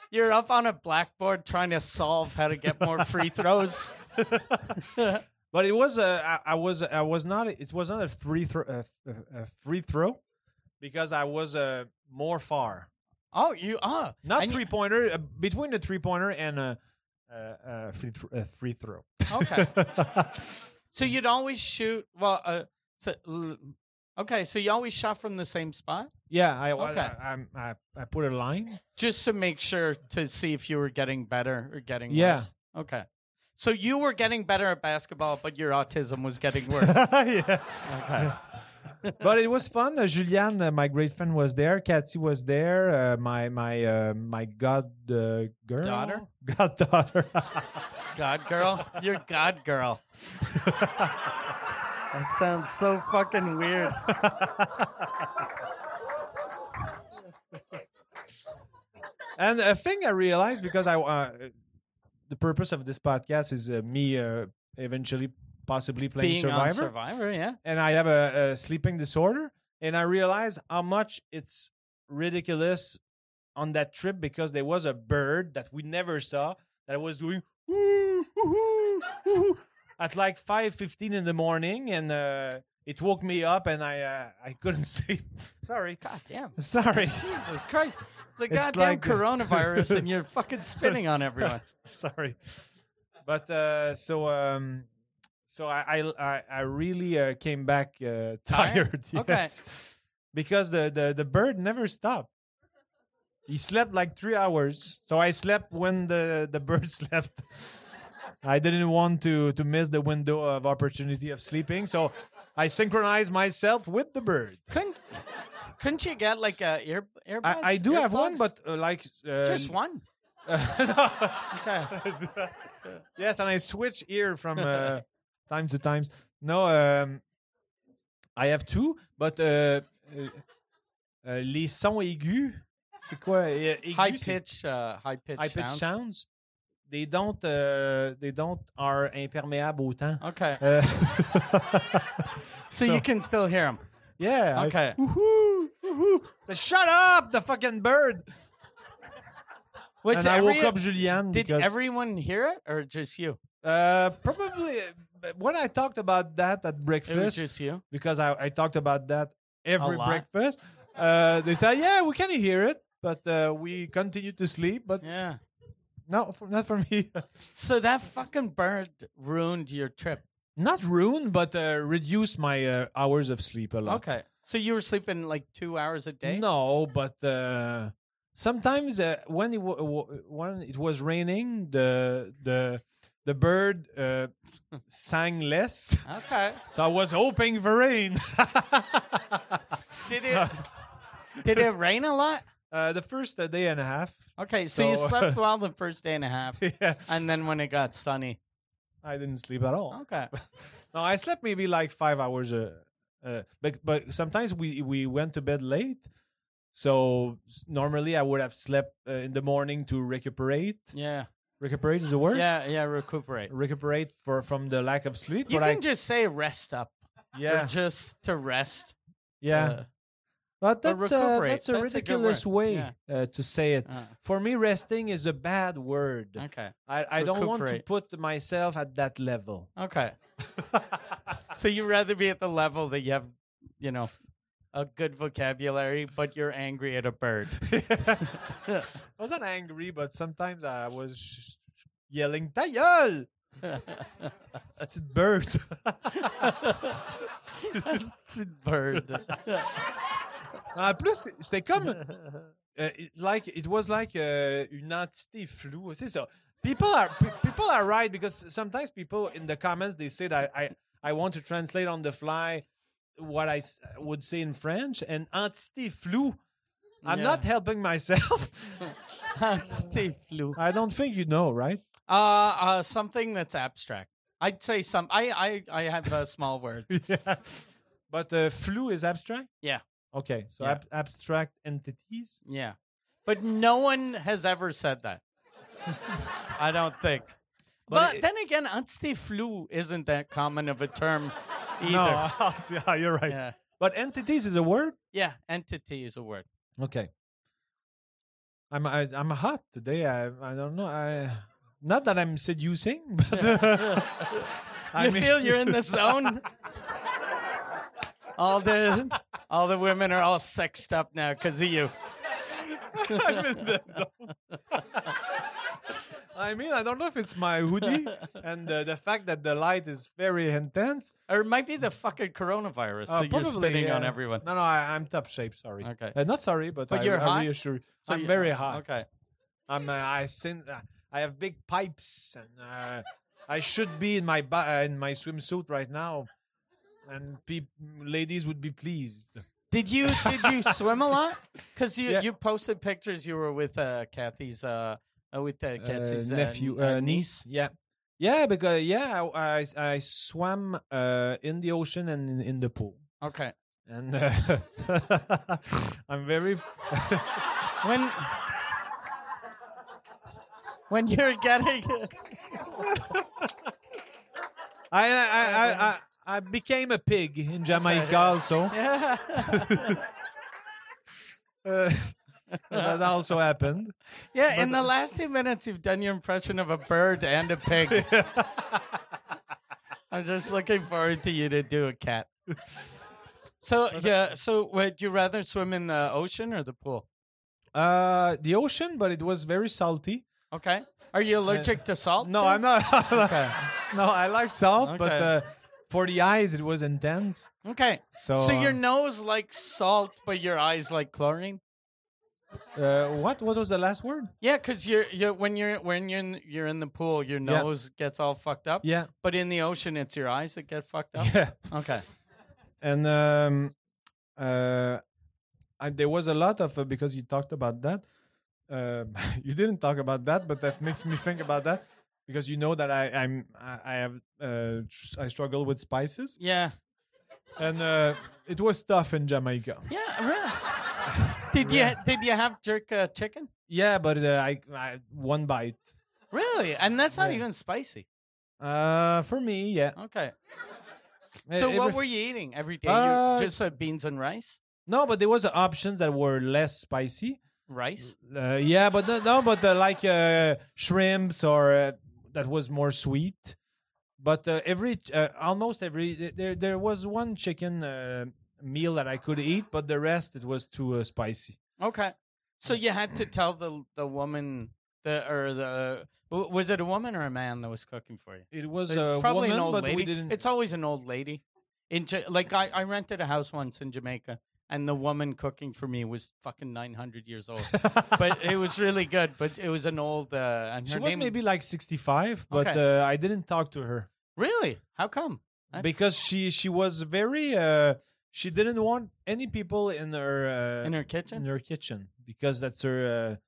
you're up on a blackboard trying to solve how to get more free throws.
(laughs)
(laughs) Oh,
But it was a I, I was I was not it was not a free throw a, a free throw because I was uh, more far.
Oh, you are
Not
And you-
three pointer uh, between the three pointer and a, uh uh free thr a free throw.
okay. So you'd always shoot. Well, uh, so, l- okay. So you always shot from the same spot,
(laughs) yeah, I,
Okay.
I, I'm- I I put a
(laughs)
line. (laughs)
just to make sure to see if you were getting better or getting
Yeah.
worse. Okay. So you were getting better at basketball, but your autism was (laughs) getting worse.
yeah.
okay.
but it was fun. Uh, Julianne, uh, my great friend, was there. Kathy was there. Uh, my my uh, my god uh, girl
Daughter?
goddaughter. (laughs)
God girl, you're God girl. (laughs) that sounds so fucking (laughs) weird.
and a thing I realized because I uh, the purpose of this podcast is uh, me uh, eventually possibly playing
Being
Survivor,
on Survivor, yeah.
and I have a, a sleeping disorder, and I realized how much it's ridiculous on that trip because there was a bird that we never saw that was doing "Woo, woo, woo, woo," at like five fifteen in the morning, and uh, it woke me up, and I uh, I couldn't (laughs) sleep. Sorry,
God damn.
sorry.
Jesus Christ. It's a
It's
goddamn
like-
coronavirus (laughs) and you're fucking spitting on everyone.
(laughs) sorry but uh so um so i i i, I really uh, came back uh, tired (laughs)
Okay.
yes because the, the the bird never stopped he slept like three hours so i slept when the the bird (laughs) slept i didn't want to to miss the window of opportunity of sleeping so i synchronized myself with the bird
Couldn't couldn't you get like a ear earbuds?
i, I do have one
Earplugs?
but uh, like uh,
just one. Okay.
(laughs) yes, and I switch ear from
(laughs)
uh, time to times. No, um, I have two, but uh, uh, uh, les sons aigus, c'est quoi? euh, aigus,
High
c'est-
pitch uh high pitch
high pitch
sounds.
sounds. They don't. Uh, they don't are imperméables au temps.
Okay.
Uh,
So, you can still hear them.
(laughs) yeah. I-
Okay.
Woohoo! Woohoo! But Shut up, the fucking bird!
Was
and I woke
every-
up Julianne.
Did
because-
everyone hear it or just you?
Uh, probably uh, but when I talked about that at
It was
breakfast,
just you.
because I, I talked about that every
lot.
breakfast. Uh, they said, "Yeah, we can hear it, but uh, we continue to sleep." But
Yeah.
no, for, not for me. (laughs)
So that fucking bird ruined your trip.
not ruined, but uh, reduced my uh, hours of sleep a lot.
Okay. So you were sleeping like two hours a day?
No, but uh, sometimes uh, when it wa- wa- when it was raining, the the the bird
(laughs)
uh, sang less.
Okay.
So I was hoping for rain. (laughs)
Did it did it rain a lot?
Uh, the first uh, day and a half.
Okay,
(laughs)
so, you slept well the first day and a half.
yeah,
And then when it got sunny. Oh.
(laughs) I didn't sleep at all.
Okay.
No, I slept maybe like five hours. Uh, uh, but but sometimes we we went to bed late, so s- normally I would have slept uh, in the morning to recuperate.
Yeah.
Recuperate is the word.
Yeah. Yeah. Recuperate.
Recuperate for from the lack of sleep.
You
but I-
can just say rest up. Or
yeah,
just to rest.
yeah.
Uh,
but that's a,
recuperate.
that's a
That's a good
ridiculous
word.
way
Yeah.
uh, to say it.
uh,
For me, resting is a bad word.
okay.
I, I don't want to
Recuperate.
put myself at that level. (laughs)
Okay. (laughs) so you'd rather be at the level that you have, you know, a good vocabulary, but you're angry at a bird.
I wasn't angry, but sometimes I was sh- sh- yelling, Ta gueule! That's a bird. (laughs)
Stupid (laughs) (laughs) bird.
en plus, c'est- c'était comme. euh, it- like, it was like euh, une entité floue. C'est ça. People are, pe- people are right because sometimes people in the comments they say that I, I want to translate on the fly what I s- would say in French and entité floue. I'm
Yeah.
not helping myself. (laughs)
Steve Lou.
I don't think you know, right?
Uh, uh, something that's abstract. I'd say some. I I I have uh, small words.
(laughs) yeah. But uh, flu is abstract?
Yeah.
Okay. So
Yeah.
ab- abstract entities?
Yeah, but no one has ever said that. I don't think. But,
But it-
then again, anti flu isn't that common of a term either.
(laughs) Oh, yeah, you're right.
Yeah.
But entities is a word?
Yeah, entity is a word.
Okay. I'm I, I'm hot today. I I don't know. I not that I'm seducing, (laughs) but I
you
mean-
feel you're
(laughs)
in the zone. all the all the women are all sexed up now because of you.
I'm in the
(laughs)
zone. I mean, I don't know if it's my hoodie and uh, the fact that the light is very intense.
Or it might be the fucking coronavirus
Uh,
that you're spitting on
yeah.
everyone.
No, no, I, I'm top shape. Sorry.
Okay.
Uh, not sorry, but,
But
I,
you're
I
hot?
reassure.
So
I'm
you- uh,
very hot.
Okay.
I'm. Uh, I sin. Uh, I have big pipes, and uh, I should be in my ba- uh, in my swimsuit right now, and peop ladies would be pleased.
Did you did
(laughs)
you swim a lot? Because you,
Yeah.
you posted pictures. You were with uh, Kathy's uh, uh, with uh, Kathy's uh,
nephew,
n-
uh, niece. Yeah. Yeah, because yeah, I I, I swam uh, in the ocean and in, in the pool,
Okay.
and uh, (laughs) I'm very (laughs)
When when you're getting (laughs)
I I,
(laughs)
I, I, I I became a pig in Jamaica also.
yeah.
Uh, (laughs) that also happened.
yeah, in the last two minutes, you've done your impression of a bird and
(laughs)
a pig. I'm just looking forward to you to do a cat. So yeah, so would you rather swim in the ocean or the pool?
Uh, the ocean, but it was very salty.
Okay. Are you allergic to salt?
Uh, No,
too?
I'm not. (laughs)
Okay.
no, I like salt, but
Okay.
uh, for the eyes, it was intense.
Okay.
So,
So um,
uh,
your nose like salt, but your eyes like chlorine.
Uh, what? What was the last word?
Yeah, because you're, you're when you're when you're in, you're in the pool, your
Yeah.
nose gets all fucked up.
Yeah,
But in the ocean, it's your eyes that get fucked up.
(laughs) yeah.
Okay.
And um, uh, I, there was a lot of uh, because you talked about that. Um, (laughs) you didn't talk about that, but that makes me think about that because you know that I, I'm I, I have uh, tr- I struggle with spices,
Yeah.
and uh, it was tough in Jamaica.
Yeah. Really. (sighs) Did you did you have jerk uh, chicken?
Yeah, but uh, I, I one bite.
Really? And that's not
Yeah.
even spicy.
Uh, for me, yeah.
Okay. So
Eh,
what
every-
were you eating E, every day?
Uh,
you, just uh, beans and rice.
No, but there was uh, options that were less spicy.
Rice.
Uh, yeah, but no, no but uh, like uh, shrimps or uh, that was more sweet. But uh, every uh, almost every there- there there was one chicken uh, meal that I could eat, but the rest it was too uh, spicy.
Okay. So you had (clears throat) to tell the the woman the or the w- was it a woman or a man that was cooking for you?
It was
It's
uh,
probably
woman,
an old
but
lady.
we didn't. (laughs)
It's always an old lady. In Ja- like I, I rented a house once in Jamaica, and the woman cooking for me was fucking nine hundred years old. but it
(laughs)
was really good. But it was an old uh, and
she
her
was
name-
maybe like sixty-five, but
Okay.
uh, I didn't talk to her.
really. How come? That's-
because she she was very uh she didn't want any people in her uh,
in her
in
kitchen.
her kitchen because that's her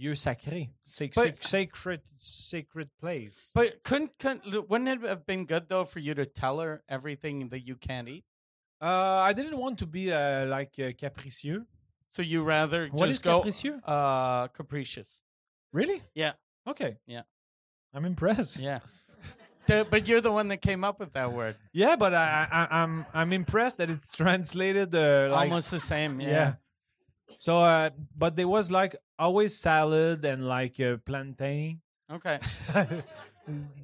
lieu uh, sacré. Sac-
But-
sac- sacred, sacred place.
But couldn't, couldn't wouldn't it have been good though for you to tell her everything that you can't eat?
Uh, I didn't want to be uh, like uh, capricieux.
So you rather
What
just
is
go
capricieux?
uh capricious.
Really?
Yeah.
Okay.
Yeah.
I'm impressed. Yeah, (laughs)
Yeah. The- but you're the one that came up with that word.
but I, I, I'm I'm impressed that it's translated uh, like
Almost the same. Yeah.
yeah. So, uh, but there was like always salad and like uh, plantain.
Okay.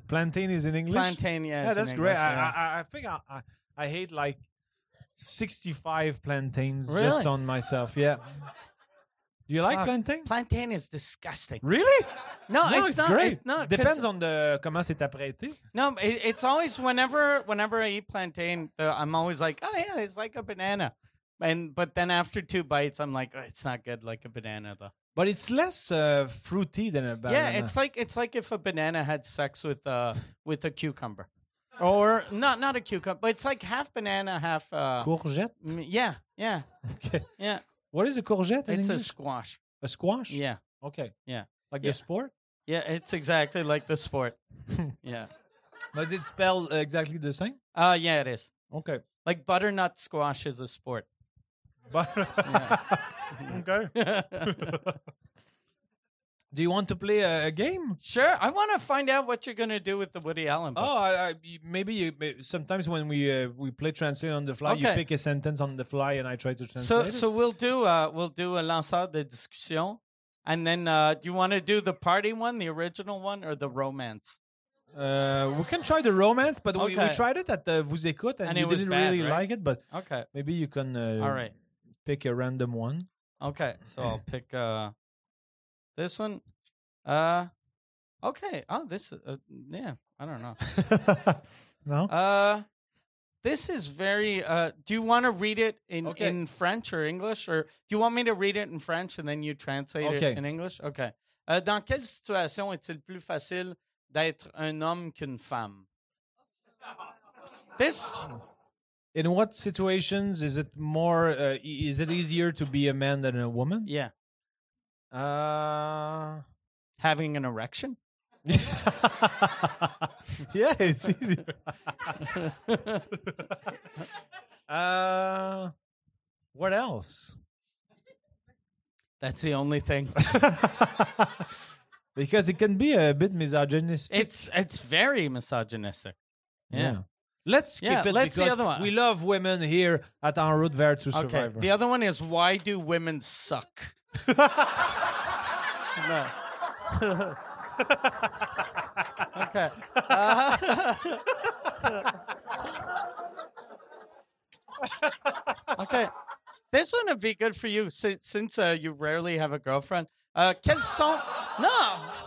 plantain is in English.
Plantain. Yeah.
yeah,
is in
that's great.
English, yeah.
I, I I think I, I I hate like sixty five plantains
Really?
just on myself. Yeah. Do you like
Fuck.
plantain?
Plantain is disgusting.
really?
No,
No,
it's,
it's,
not.
great.
It, no, 'cause-
Depends on the comment c'est apprêté.
No, it, it's always whenever whenever I eat plantain, the, I'm always like, oh yeah, it's like a banana, and but then after two bites, I'm like, oh, it's not good like a banana though.
But it's less uh, fruity than a banana.
Yeah, it's like it's like if a banana had sex with a with a cucumber, or not not a cucumber, but it's like half banana, half uh,
courgette. (laughs)
m- yeah, yeah,
Okay.
yeah.
What is a courgette? in
It's a
English?
squash.
a squash.
Yeah,
Okay.
Yeah.
Like
Yeah.
the sport.
yeah. It's exactly like
(laughs)
the sport. yeah.
Does it spell exactly the same?
Uh yeah, it is.
Okay. (laughs)
Like butternut squash is a sport. (laughs)
But okay. Do you want to play a, a game?
Sure, I want to find out what you're going to do with the Woody Allen book.
Oh, I, I, you- maybe you. may- Sometimes when we uh, we play translate on the fly, you
Okay.
pick a sentence on the fly, and I try to translate.
so
it.
so we'll do uh we'll do a lanceur de discussion, and then uh, do you want to do the party one, the original one, or the romance?
uh, we can try the romance, but we, we
Okay.
tried it at the Vous écoute, and,
And
you
it was
didn't
bad,
really
right?
like it. But
Okay,
maybe you can. Uh,
all right,
Pick a random
(laughs)
one. (laughs)
okay. So I'll pick uh this one. Uh, okay. Oh, this uh, yeah. I don't know.
no.
Uh, this is very. Uh, do you want to read it in
Okay.
in French or English, or do you want me to read it in French and then you translate
Okay.
it in English? Okay. Euh, dans quelle situation est-il plus facile d'être un homme qu'une femme? This
In what situations is it more? Uh, e- is it easier to be a man than a woman?
yeah,
Uh.
having an erection.
(laughs) yeah, it's easier. (laughs) uh, what else?
That's the only thing.
(laughs) because it can be a bit misogynistic.
it's it's very misogynistic. yeah.
Let's skip
Yeah,
it.
let's the
because
other one.
We love women here at En route vers to
Okay.
Survivor.
The other one is why do women suck? (laughs) no. okay. Uh, okay. This one would be good for you since, since uh, you rarely have a girlfriend. Uh, quels sont? No,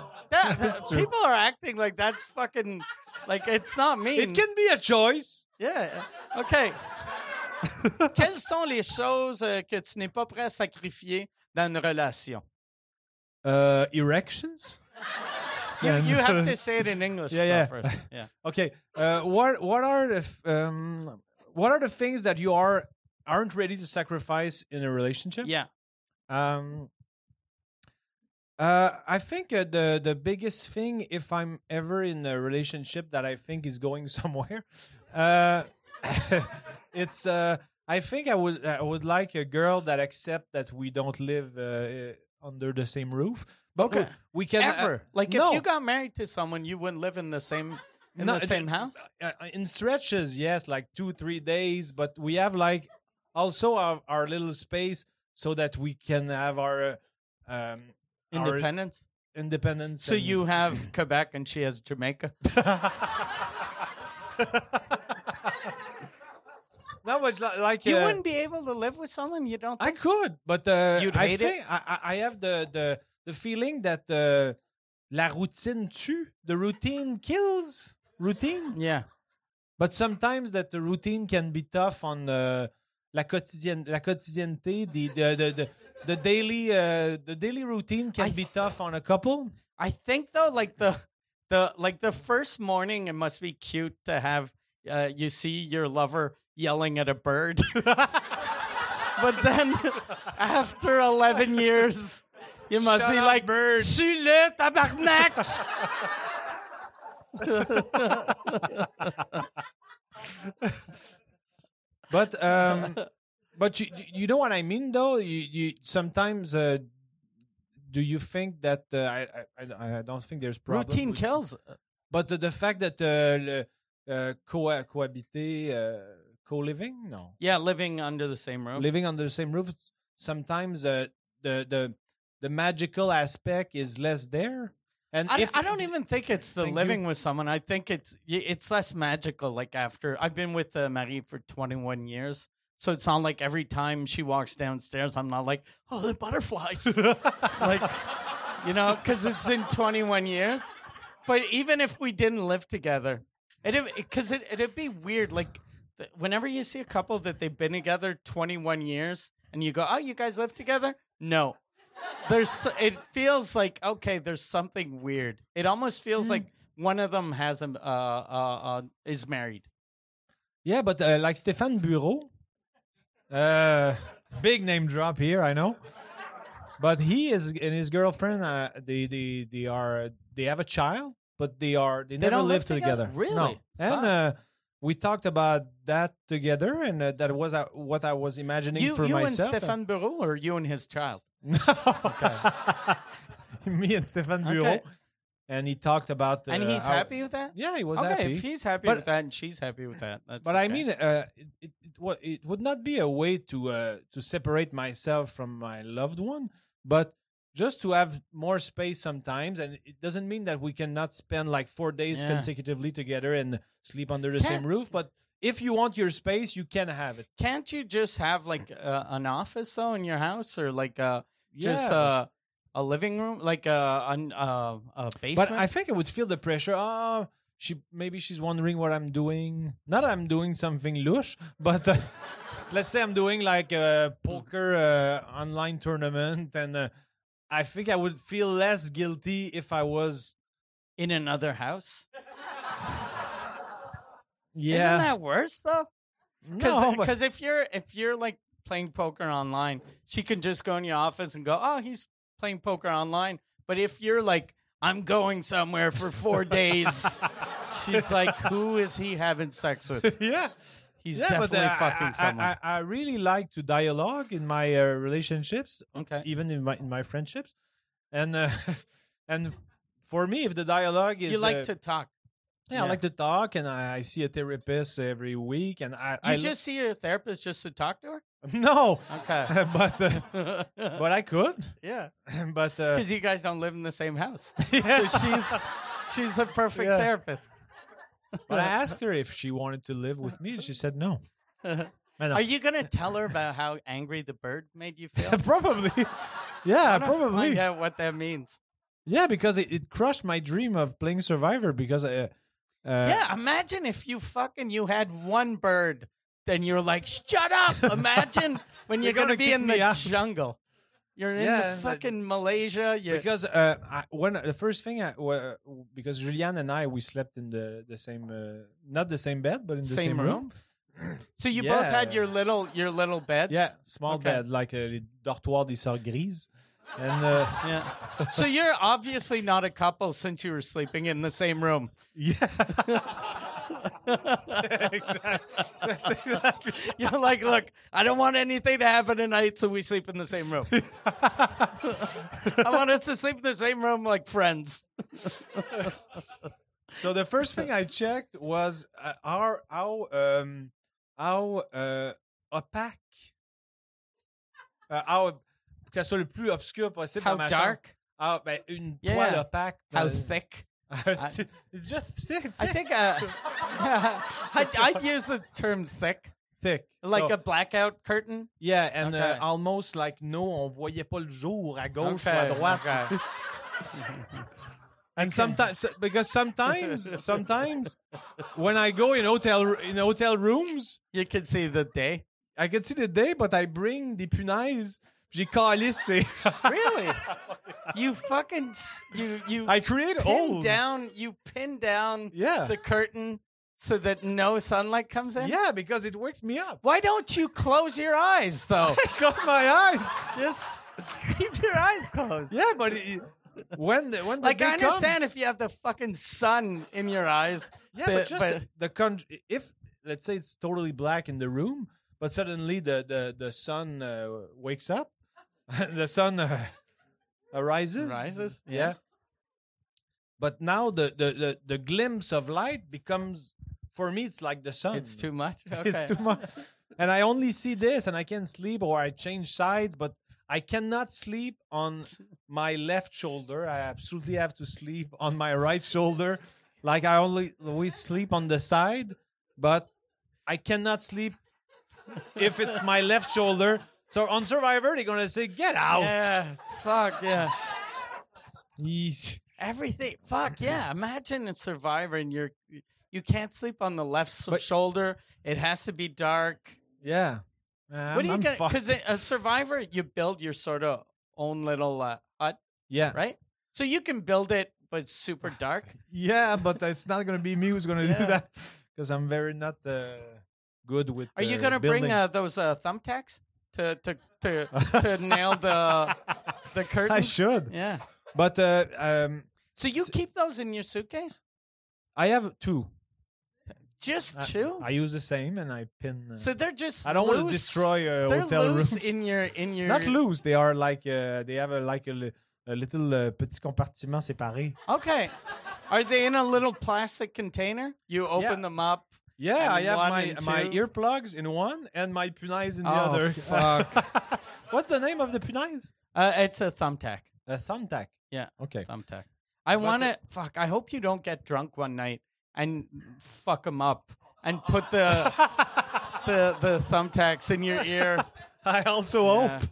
(laughs) that,
That's true.
people are acting like that's fucking like it's not me.
it can be a choice.
Yeah.
(laughs)
OK. Quelles sont les choses euh, que tu n'es pas prêt à sacrifier dans une relation?
Uh, erections.
You,
(laughs)
you have to say it in English
Yeah,
though,
yeah.
first.
(laughs)
Yeah.
Okay. Uh, what what are the f- um, what are the things that you are aren't ready to sacrifice in a relationship?
Yeah.
Um, uh, I think uh, the the biggest thing, if I'm ever in a relationship that I think is going (laughs) somewhere, uh, (laughs) it's uh, I think I would I would like a girl that accept that we don't live uh, uh, under the same roof. But we-
Okay.
we can
Ever. Like
uh, no.
if you got married to someone, you wouldn't live in the same in
No,
the
it-
same house?
uh, in stretches, yes, like two, three days. But we have like also our, our little space so that we can have our uh, um, our
Independence.
independence.
So
and- (laughs)
you have Quebec and she has Jamaica.
no, but li- like
You
uh,
wouldn't be able to live with someone you don't
I could, but uh,
You'd
I
hate it?
think I, I I have the the the feeling that uh, la routine tue, the routine kills routine.
Yeah.
But sometimes that the routine can be tough on uh, la quotidienne, la quotidienneté, the the the, the, the daily uh, the daily routine can
I
be tough on a couple.
I think though, like the the like the first morning, it must be cute to have uh, you see your lover yelling at a bird. (laughs) but then, after eleven years, You must
Shut
be
up,
like,
bird.
(laughs) suis le tabarnak.
But
(laughs)
um, but you you know what I mean though. You you sometimes uh, do you think that uh, I, I- I I don't think there's problem.
Routine
with-
kills.
But the, the fact that uh, le, uh, co cohabiter uh, co living no
Yeah, living under the same roof.
living under the same roof sometimes uh, the the the magical aspect is less there. And
I,
if
I don't e even think it's the
Thank
living with someone. I think it's y- it's less magical. Like after I've been with uh, Marie for 21 years, so it's not like every time she walks downstairs, I'm not like, oh, the
(laughs)
butterflies, like you know, because it's in 21 years. But even if we didn't live together, it because it, it'd be weird. Like th- whenever you see a couple that they've been together 21 years, and you go, oh, you guys live together? No, there's it feels like okay there's something weird it almost feels
Mm.
like one of them has a uh, uh, uh, is married
Yeah, but uh, like Stéphane Bureau, uh, big name drop here, I know. But he is and his girlfriend, uh, they they they are they have a child, but they are they, never
don't live
lived together.
together? Really?
No. And uh, we talked about that together, and uh, that was uh, what I was imagining
you
for
you
myself.
and Stéphane Bureau or you and his child
(laughs) Me and Stéphane Bureau,
Okay.
and he talked about. Uh,
and he's
how-
happy with that
Yeah, he was
okay
happy.
if he's happy
But-
with that and she's happy with that that's
But I
okay.
mean, uh, it, it, it, wa- it would not be a way to uh, to separate myself from my loved one, but just to have more space sometimes. And it doesn't mean that we cannot spend like four days
Yeah.
consecutively together and sleep under the same
Can't-
roof. But if you want your space, you can have it.
can't you just have like uh, an office though in your house or like uh, just
Yeah,
uh, a living room like uh, an, uh, a basement
but I think I would feel the pressure. Oh, she maybe she's wondering what I'm doing. Not I'm doing something louche, but uh, (laughs) let's say I'm doing like a poker uh, online tournament, and uh, I think I would feel less guilty if I was.
in another house
Yeah,
isn't that worse though
no, but-
because uh, if you're if you're like playing poker online, she can just go in your office and go, "Oh, he's playing poker online." But if you're like, "I'm going somewhere for four
(laughs)
days," she's like, "Who is he having sex with?
(laughs) yeah,
He's
yeah,
definitely
but, uh,
fucking
I, I-
someone."
I, I really like to dialogue in my uh, relationships,
okay.
even in my in my friendships, and uh, (laughs) and for me, if the dialogue is
You like
uh,
to talk.
Yeah, I
Yeah.
like to talk, and I, I see a therapist every week, and I,
You
I
just see your therapist just to talk to her.
(laughs)
(laughs)
no, (laughs)
Okay.
but uh, but I could,
(laughs)
(laughs)
yeah,
but uh,
because you guys don't live in the same house,
(laughs) yeah.
so she's she's a perfect
Yeah.
therapist.
(laughs)
(laughs)
but I asked her if she wanted to live with me, and she said no. Man, (laughs)
Are you gonna tell her about how angry the bird made you feel?
probably,
(laughs)
(laughs) yeah,
Why not
probably,
Find out what that means.
yeah, because it, it crushed my dream of playing Survivor because uh, uh,
yeah, imagine if you fucking you had one bird, then you're like,
(laughs)
shut up. Imagine when you're,
You're
gonna,
gonna
be
kick
in the
me out.
jungle. You're in
Yeah,
the
but-
fucking Malaysia. You're,
because uh, I, when the first thing I wa- because Julianne and I we slept in the the same uh, not the same bed but in the
Same
same,
room? so you both had
yeah.
your little your little beds.
Yeah, small
Okay.
bed, like uh, les dortoirs des sœurs grises. And uh, (laughs)
Yeah. so you're obviously not a couple since you were sleeping in the
(laughs)
same room. (laughs)
yeah,
(laughs) You're like, look, I don't want anything to happen tonight, so we sleep in the same
(laughs)
room. I want us to sleep in the same room like friends.
so the first thing I checked was uh, how how um, how uh, opaque, uh, how que ça soit le plus obscur possible
How
dans ma
dark?
chambre. Ah, ben, une
Yeah.
toile opaque.
How
dans- (laughs)
thick? I-
It's just thick.
(laughs) I think uh, (laughs) I'd, I'd use the term thick,
thick.
like
So-
a blackout curtain.
Yeah, and
Okay.
uh, almost like no, on voyait pas le jour à gauche
Okay,
ou à droite.
okay.
tu sais. and sometimes because sometimes sometimes when I go in hotel in hotel rooms,
You can see the day.
I can see the day, but I bring des punaises. J'ai calisse. (laughs) et-
Really? you fucking s- you you
I create
pin
holes.
down you pin down
Yeah.
the curtain so that no sunlight comes in.
Yeah, because it wakes me up. (laughs)
Why don't you close your eyes though?
Close my eyes.
Just Keep your eyes closed.
Yeah, but it, when the, when the
Like
day
I understand
comes,
if you have the fucking sun in your eyes.
yeah,
the-
but just the, the country. If let's say it's totally black in the room, but suddenly the the the sun uh, wakes up, (laughs) the sun uh, arises,
Rises,
yeah.
yeah.
But now the, the the the glimpse of light becomes for me. It's like the sun.
it's too much. (laughs) Okay.
it's too much. And I only see this, and I can't sleep, or I change sides, but I cannot sleep on my left shoulder. I absolutely have to sleep on my right shoulder. Like I only always sleep on the side, but I cannot sleep if it's my left shoulder. So on Survivor, they're gonna say, "Get out!"
Yeah, fuck yeah.
(laughs) Yeesh.
Everything, fuck yeah. (laughs) Imagine a survivor and you're you can't sleep on the left s
But-
shoulder. It has to be dark.
Yeah. Uh,
what
I'm-
are you
I'm
gonna?
fucked.
Because (laughs) a survivor, you build your sort of own little uh, hut,
Yeah.
right? So you can build it, but it's super (sighs) dark.
Yeah, but it's not gonna be me who's gonna do
Yeah.
that because I'm very not uh, good with.
Are you
uh,
gonna
building.
bring uh, those uh, thumbtacks to to to to nail the (laughs) the curtains?
(laughs) I should.
Yeah.
But uh, um,
So you keep those in your suitcase?
I have two.
Just
I-
two?
I, use the same and I pin. Uh,
so they're just
I don't
loose.
want to destroy uh,
They're
hotel
loose (laughs)
rooms.
in your in your
(laughs) Not loose. They are like uh, they have a, like a, li- a little uh, petit compartiment séparé.
Okay. Are they in a little plastic container? You open
Yeah.
them up.
Yeah,
And
I have
one
my
and
my
two?
earplugs in one and my punais in the
Oh,
other.
(laughs) fuck.
What's the name of the punais?
Uh, it's a thumbtack.
A thumbtack.
Yeah.
Okay.
Thumbtack. I want to fuck. I hope you don't get drunk one night and fuck them up and put
(laughs)
the the the thumbtacks in your ear.
(laughs) I also
Yeah.
hope.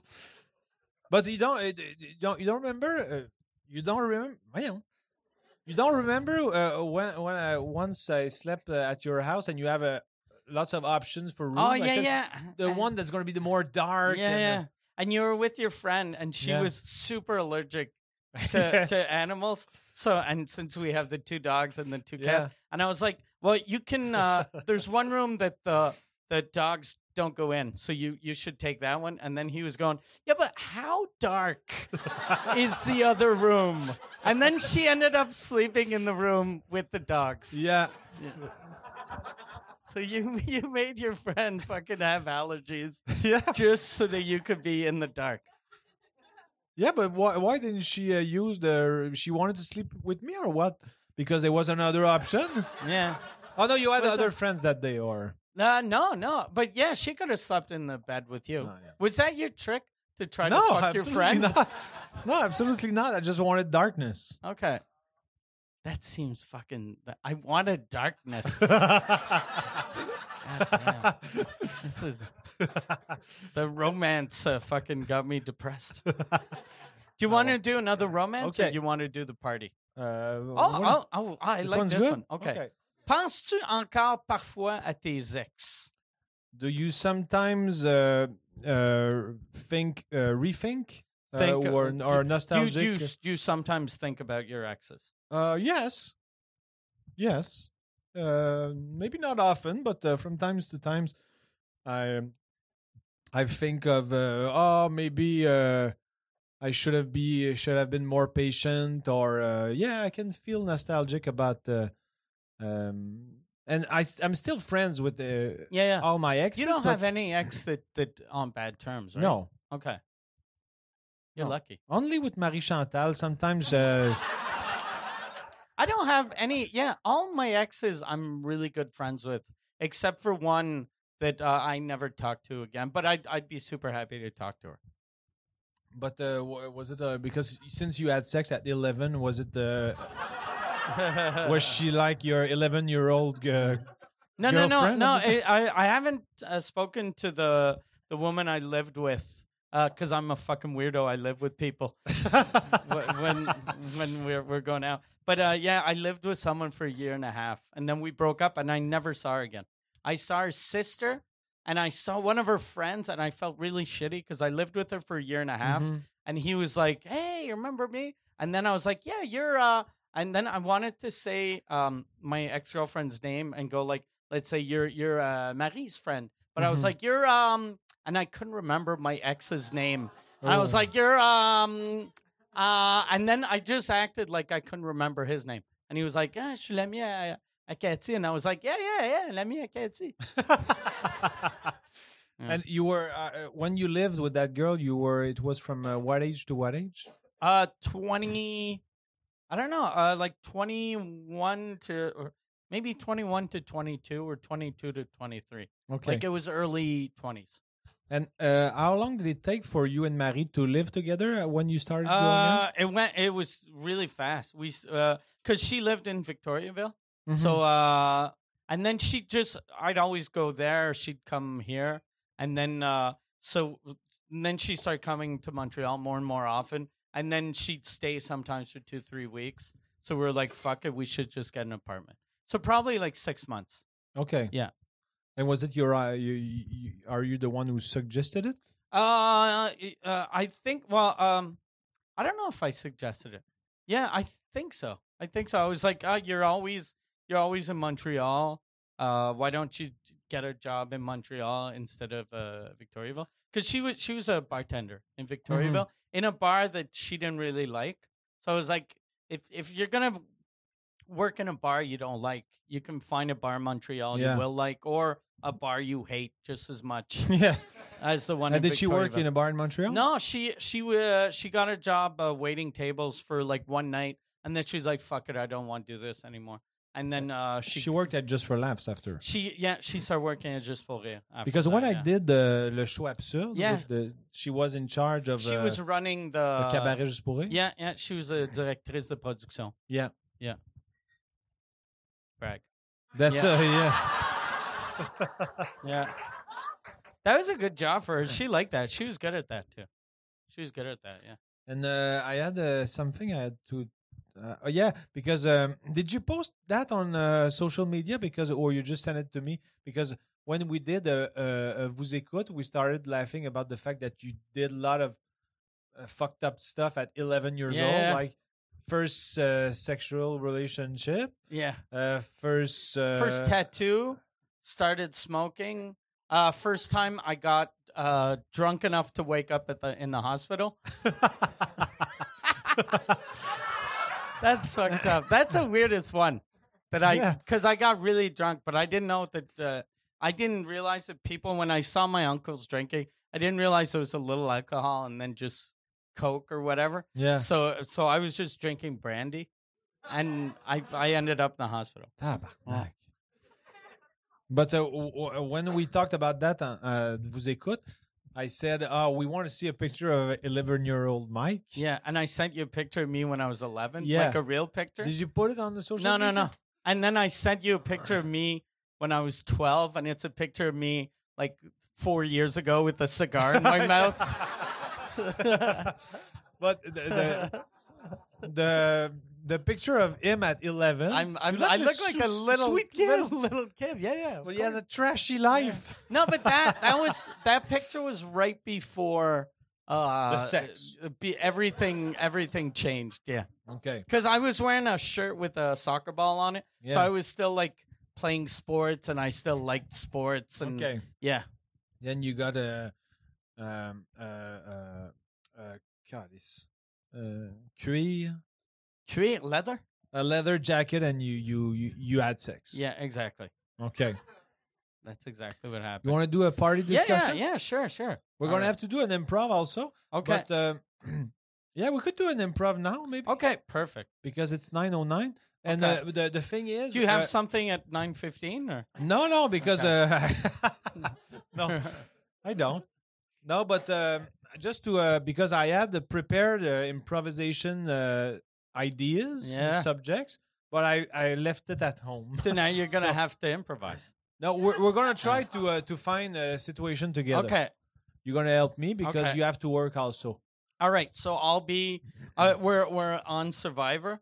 But you don't, uh, you don't, you don't remember. Uh, you don't remember. You don't remember uh, when when I once I slept uh, at your house and you have uh, lots of options for room.
Oh
I
yeah,
said,
yeah.
The
And-
one that's going to be the more dark.
Yeah,
and, uh,
yeah. And you were with your friend, and she
Yeah.
was super allergic
uh,
to,
(laughs)
to animals. So, and since we have the two dogs and the two cats,
Yeah.
and I was like, well, you
(laughs)
can. Uh, there's one room that the the dogs don't go in, so you you should take that one. And then he was going, yeah, but how dark is the other room? And then she ended up sleeping in the room with the dogs.
yeah.
So you (laughs) you made your friend fucking have allergies
Yeah. (laughs)
just so that you could be in the dark.
Yeah, but why why didn't she uh, use the? She wanted to sleep with me or what? Because there was another option.
(laughs) Yeah.
Oh no, you had
Was
other
a-
friends that day, or
Uh, no, no. But yeah, she could have slept in the bed with you.
Oh, yeah.
Was that your trick to try
no?
to fuck your
absolutely
friend?
not. No, absolutely not. I just wanted darkness.
(laughs)
(laughs)
Okay. That seems fucking. I wanted
(laughs)
darkness.
Uh,
God this is the romance. Uh, fucking got me depressed. Do you want to do another romance, or
Oh, Okay.
do you want to do the party?
oh,
Oh, oh, oh, I like this one. Okay. Penses-tu encore parfois à tes ex?
Do you sometimes uh, uh, think, uh, rethink, uh,
Think, uh,
or,
do-
or
Do you,
nostalgic?
do, you, do you sometimes think about your exes?
uh, yes, yes. Uh, maybe not often, but uh, from times to times, I um, I think of uh, oh maybe uh, I should have be should have been more patient, or uh, yeah, I can feel nostalgic about. Uh, um, and I, st- I'm still friends with uh,
Yeah, yeah.
all my exes.
Ah, You don't
but
have any ex that that on bad terms, right?
No,
Okay. You're
No.
lucky.
only with Marie Chantal. Sometimes, uh,
I don't have any. Yeah, all my exes I'm really good friends with, except for one that uh, I never talk to again. But I'd I'd be super happy to talk to her.
but uh, wa- was it uh, because since you had sex at 11, was it
(laughs)
uh, was she like your 11 year old? Uh,
no, no, no,
girlfriend
no.
at the
I I I haven't uh, spoken to the the woman I lived with because I'm a fucking weirdo. I live with people. (laughs) wh- when (laughs) when we're we're going out. But uh, yeah, I lived with someone for a year and a half, and then we broke up, and I never saw her again. I saw her sister, and I saw one of her friends, and I felt really shitty because I lived with her for a year and a half,
Mhm.
and he was like, "Hey, remember me?" And then I was like, "Yeah, you're." Uh, and then I wanted to say um, my ex girlfriend's name and go like, let's say you're you're uh, Marie's friend, but But I was like, "You're um," and I couldn't remember my ex's name. And I was
Oh.
like, "You're um," uh, and then I just acted like I couldn't remember his name. And he was like, "Ah, je suis l'ami à, à Cathy," and I was like, "Yeah, yeah, yeah, l'ami à Cathy."
(laughs) And you were uh, when you lived with that girl, you were it was from uh, what age to what age?
Uh, twenty. I don't know. Uh, like twenty-one to, or maybe twenty-one to twenty-two, or twenty-two to twenty-three.
Okay.
Like it was early
uh,
twenties.
and uh, how long did it take for you and Marie to live together uh, when you started? growing up?
Uh, it went. It was really fast. We because she lived in Victoriaville,
Mm-hmm.
so uh, and then she just I'd always go there. She'd come here, and then uh, so and then she started coming to Montreal more and more often, and then she'd stay sometimes for two three weeks. So we were like, "Fuck it, we should just get an apartment." So probably like six months.
okay,
yeah.
And was it your uh, you, you, you- are you the one who suggested
(laughs)
it?
Uh, y- uh, I think. Well, um, I don't know if I suggested it. Yeah, I think so. I think so. I was like, uh, "You're always, you're always in Montreal. Uh, why don't you get a job in Montreal instead of uh, Victoriaville?" Because she was she was a bartender in
Mm-hmm.
Victoriaville in a bar that she didn't really like. So I was like, "If if you're gonna work in a bar you don't like, you can find a bar in Montreal
Yeah.
you will like, or a bar you hate just as
(laughs)
much
yeah.
as the one."
And
in
did she work
Victoriaville.
in a bar in Montreal?
No, she she uh, she got a job uh, waiting tables for like one night, and then she's like, "Fuck it, I don't want to do this anymore." And then uh, she
she, worked at Just for Laughs after.
she yeah she started working at Just for Rire after
Because
that,
when
yeah.
I did the Le Show Absurde,
Yeah.
with the, she was in charge of
she
uh,
was running the
le Cabaret Juste pour rire.
Yeah, yeah, she was a directrice de production.
Yeah.
Brag.
That's
Yeah.
Uh, yeah.
Yeah, that was a good job for her. She liked that. She was good at that too. She was good at that. Yeah.
And uh, I had uh, something I had to. Uh, oh, yeah, because um, did you post that on uh, social media? Because or you just sent it to me? Because when we did uh, uh, uh, Vous écoute, we started laughing about the fact that you did a lot of uh, fucked up stuff at 11 years
Yeah.
old, like first uh, sexual relationship,
Yeah.
uh, first uh,
first tattoo started smoking uh first time i got uh drunk enough to wake up at the in the hospital
uh, (laughs)
(laughs) that's fucked up that's the weirdest one that i
Yeah.
because i got really drunk but i didn't know that uh, i didn't realize that people when i saw my uncles drinking i didn't realize it was a little alcohol and then just coke or whatever
yeah.
so so i was just drinking brandy and i i ended up in the hospital
Tabarnak. (laughs) But uh, w- w- when we talked about that, uh, uh, vous écoute, I said, oh, we want to see a picture of 11 year old Mike.
Yeah, and I sent you a picture of me when I was 11,
Yeah.
like a real picture.
Did you put it on the social
no, no,
media?
no. And then I sent you a picture of me when I was 12, and it's a picture of me like four years ago with a cigar in
(laughs)
my mouth.
But the, the, the, the picture of him at 11.
I'm, I'm,
You look
I
a
look like a
su-
little,
sweet kid.
little, little kid. Yeah, yeah. of
but he has
course.
a trashy life.
no, but that
(laughs)
that was that picture was right before uh,
sex.
Be, everything, everything changed. Yeah.
Okay.
Because I was wearing a shirt with a soccer ball on it, so
Yeah.
I was still like playing sports, and I still liked sports. And
Okay.
yeah,
Then you got a. Um, uh, uh, uh, God, it's. Uh, cuir.
create leather.
a leather jacket and you you you, you had sex.
Yeah, exactly.
Okay.
That's exactly what
You
happened.
want to do a party
(laughs) Yeah, yeah,
discussion?
yeah. Sure, sure.
We're
All
gonna
right.
have to do an improv also.
Okay.
But uh, (clears throat) yeah, we could do an improv now maybe
okay. Perfect.
because it's nine oh nine. And
Okay.
uh, the the thing is,
Do you have
uh,
something at nine fifteen or
no no because
(laughs)
uh, (laughs) no
no?
I don't no but uh, just to uh, because I had the prepared uh, improvisation uh, ideas and
Yeah.
subjects but I I left it at home
so now you're gonna
So-
have to improvise.
(laughs) No, we're, we're gonna try to uh, to find a situation together.
Okay.
you're gonna help me because
Okay.
you have to work also.
All right. So I'll be. Uh, we're we're on Survivor.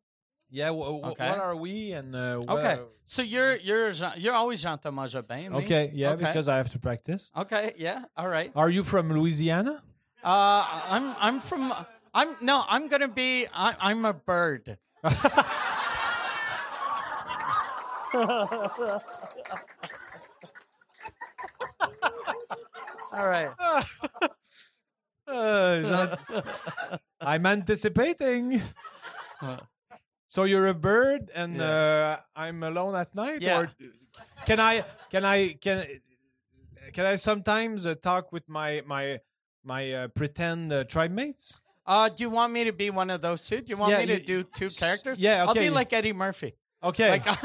Yeah, w- w-
Okay.
what are we and uh, what
Okay.
are-
So you're you're Jean, you're always Jean Thomas Jobin. it means?
okay, yeah,
Okay.
because I have to practice.
Okay. Yeah. All right.
Are you from (laughs) Louisiana?
Uh, I'm I'm from I'm no I'm gonna be I, I'm a bird. (laughs) All right.
Uh, Jean- I'm anticipating. So you're a bird, and
Yeah.
uh, I'm alone at night.
Yeah.
Or can I? Can I? Can can I sometimes uh, talk with my my my uh, pretend uh, tribe mates?
Uh, do you want me to be one of those two? Do you want
Yeah,
me to
you-
do two characters?
yeah,
I'll
okay.
be like Eddie Murphy.
Okay.
Like,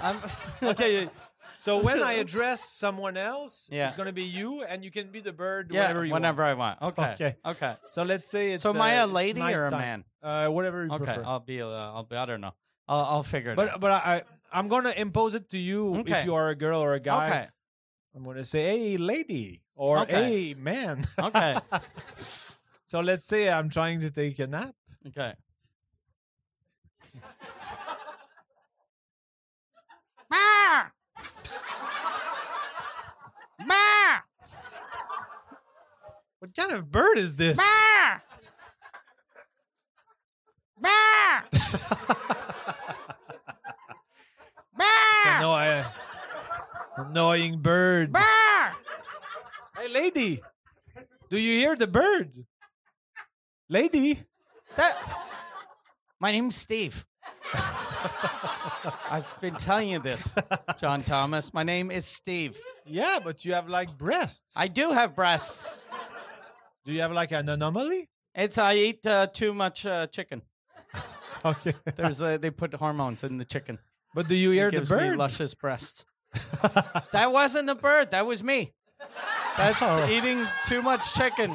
I'm,
(laughs) okay. So when
(laughs)
I address someone else,
Yeah.
it's gonna be you, and you can be the bird
(laughs) yeah,
whenever
whenever,
you
I want. Okay.
Okay.
Okay.
So let's say it's
so am I
uh,
a
it's
lady or a
nighttime.
man?
Uh, whatever you
Okay.
prefer.
I'll be. Uh, I'll be. I don't know. I'll, I'll figure it out.
But but I I'm gonna impose it to you
Okay.
if you are a girl or a guy.
Okay.
I'm gonna say hey lady or
Okay.
hey man. (laughs)
Okay.
so let's say I'm trying to take a nap.
okay.
Ma! Ma!
What kind of bird is this?
Ma! Ma! Ma!
no, I, annoying bird.
Ma!
Hey lady, do you hear the bird? Lady,
That. My name's Steve. (laughs) I've been telling you this, John Thomas. My name is Steve.
yeah, but you have like breasts.
I do have breasts.
do you have like an
(laughs)
anomaly?
It's I eat uh, too much uh, chicken.
Okay,
There's uh, they put hormones in the chicken.
but do you hear
It
the
gives me
bird?
luscious breasts. that wasn't the bird. That was me. That's
Oh.
eating too much chicken.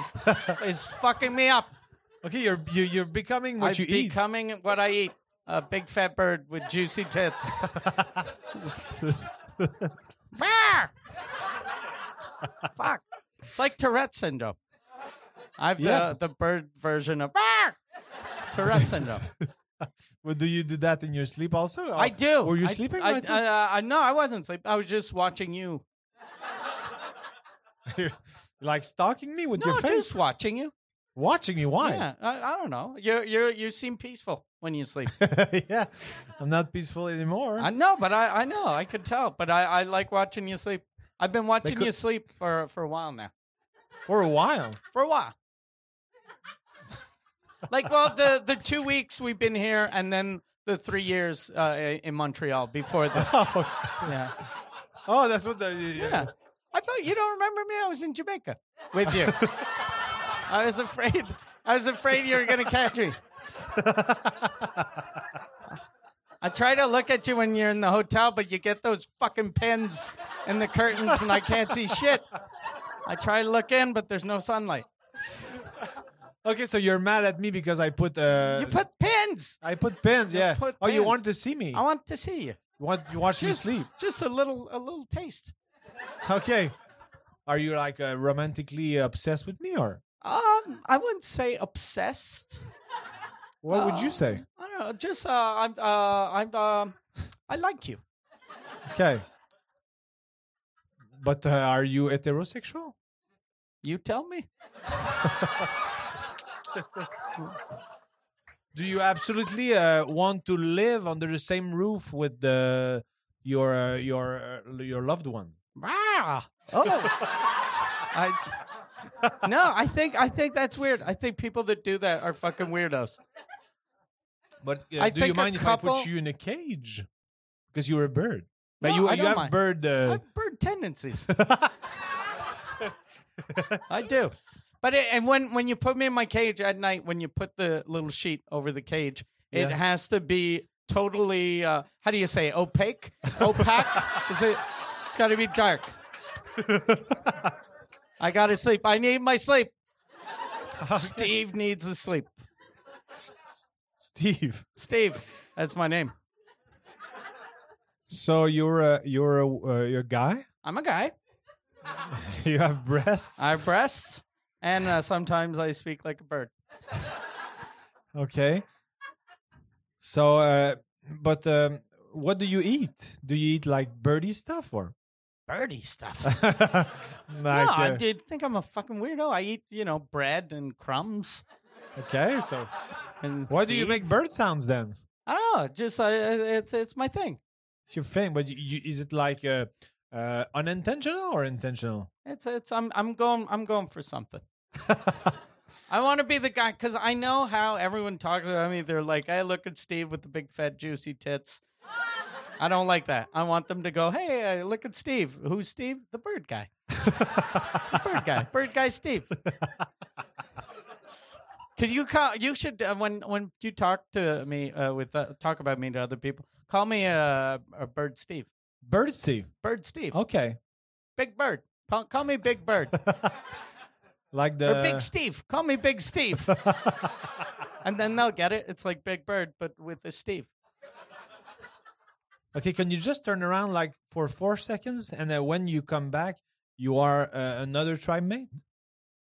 is fucking me up.
(laughs) okay, you're you, you're becoming what
I'm
you eat.
becoming what I eat. A big fat bird with juicy tits.
Ma!
Fuck. It's like Tourette syndrome. I've
Yeah.
the the bird version of
Ma!
(laughs)
Tourette syndrome.
Well, do you do that in your sleep also? Or-
I do.
Oh, Were you
I-
sleeping?
I,
right (laughs)
I, uh, I- no, I wasn't sleeping. I was just watching you.
there? like stalking me with
No,
your face,
just watching you.
watching me. Why?
Yeah, I, I don't know. You you you seem peaceful when you sleep.
(laughs) Yeah. I'm not peaceful anymore.
I know, but I, I know I could tell. But I, I like watching you sleep. I've been watching
could-
you sleep for for a while now.
For a
(laughs)
while.
For a while. like well, the the two weeks we've been here, and then the three years uh, in Montreal before
(laughs)
this.
Oh,
yeah,
oh, that's what the
yeah. I thought you don't remember me. I was in Jamaica with you. I was afraid. I was afraid you were gonna catch me. I try to look at you when you're in the hotel, but you get those fucking pins in the curtains and I can't see shit. I try to look in, but there's no sunlight.
Okay, so you're mad at me because I put uh
You put pins.
I put pins,
You
yeah.
put
oh, you
pins.
want to see me?
I want to see you.
you want you watch me
Just
sleep?
Just a little, a little taste.
Okay. Are you like uh, romantically obsessed with me, or
Um, I wouldn't say obsessed.
what would you say?
I don't know. Just uh, I'm uh, I'm um, I like you.
Okay. But uh, are you heterosexual?
You tell me.
Do you absolutely uh, want to live under the same roof with the your uh, your uh, your loved one?
Wow. Oh. I No, I think I think that's weird. I think people that do that are fucking weirdos.
But uh,
I
do you
think a
mind if I
couple-
put you in a cage because you're a bird? But
No,
you
I
you
don't
have
mind.
bird.
I
Uh,
have bird tendencies. I do. But it, and when when you put me in my cage at night when you put the little sheet over the cage, it
Yeah.
has to be totally uh, how do you say opaque? Opaque? Is it It's got to be dark. I got to sleep. I need my sleep. Steve needs a sleep.
Steve.
Steve, that's my name.
(laughs) So you're a you're a uh, you're a guy. (laughs)
I'm a guy.
You have breasts.
I have breasts, and uh, sometimes I speak like a bird.
Okay. So, uh, but um, what do you eat? Do you eat like birdie stuff or? (laughs)
Birdie stuff.
like,
no, I
uh,
did think I'm a fucking weirdo. I eat, you know, bread and crumbs.
Okay, so
And
why do you make
seeds.
bird sounds then?
I don't know. Just uh, it's it's my thing.
It's your thing, but you, you, is it like uh, Uh, unintentional or intentional?
It's it's I'm I'm going I'm going for something. I want to be the guy because I know how everyone talks about me. They're like, I look at Steve with the big fat juicy tits. I don't like that. I want them to go, hey, uh, look at Steve. Who's Steve? The bird guy. The bird guy. Bird guy Steve. Could you call? You should uh, when when you talk to me uh, with uh, talk about me to other people. Call me uh, a bird Steve.
Bird Steve.
Bird Steve.
Okay.
Big Bird. Call, call me Big Bird.
Like the
Or Big Steve. Call me Big
(laughs)
Steve. and then they'll get it. It's like Big Bird, but with a Steve.
(laughs) Okay, can you just turn around like for four seconds, and then when you come back, you are uh, another tribe (laughs) mate?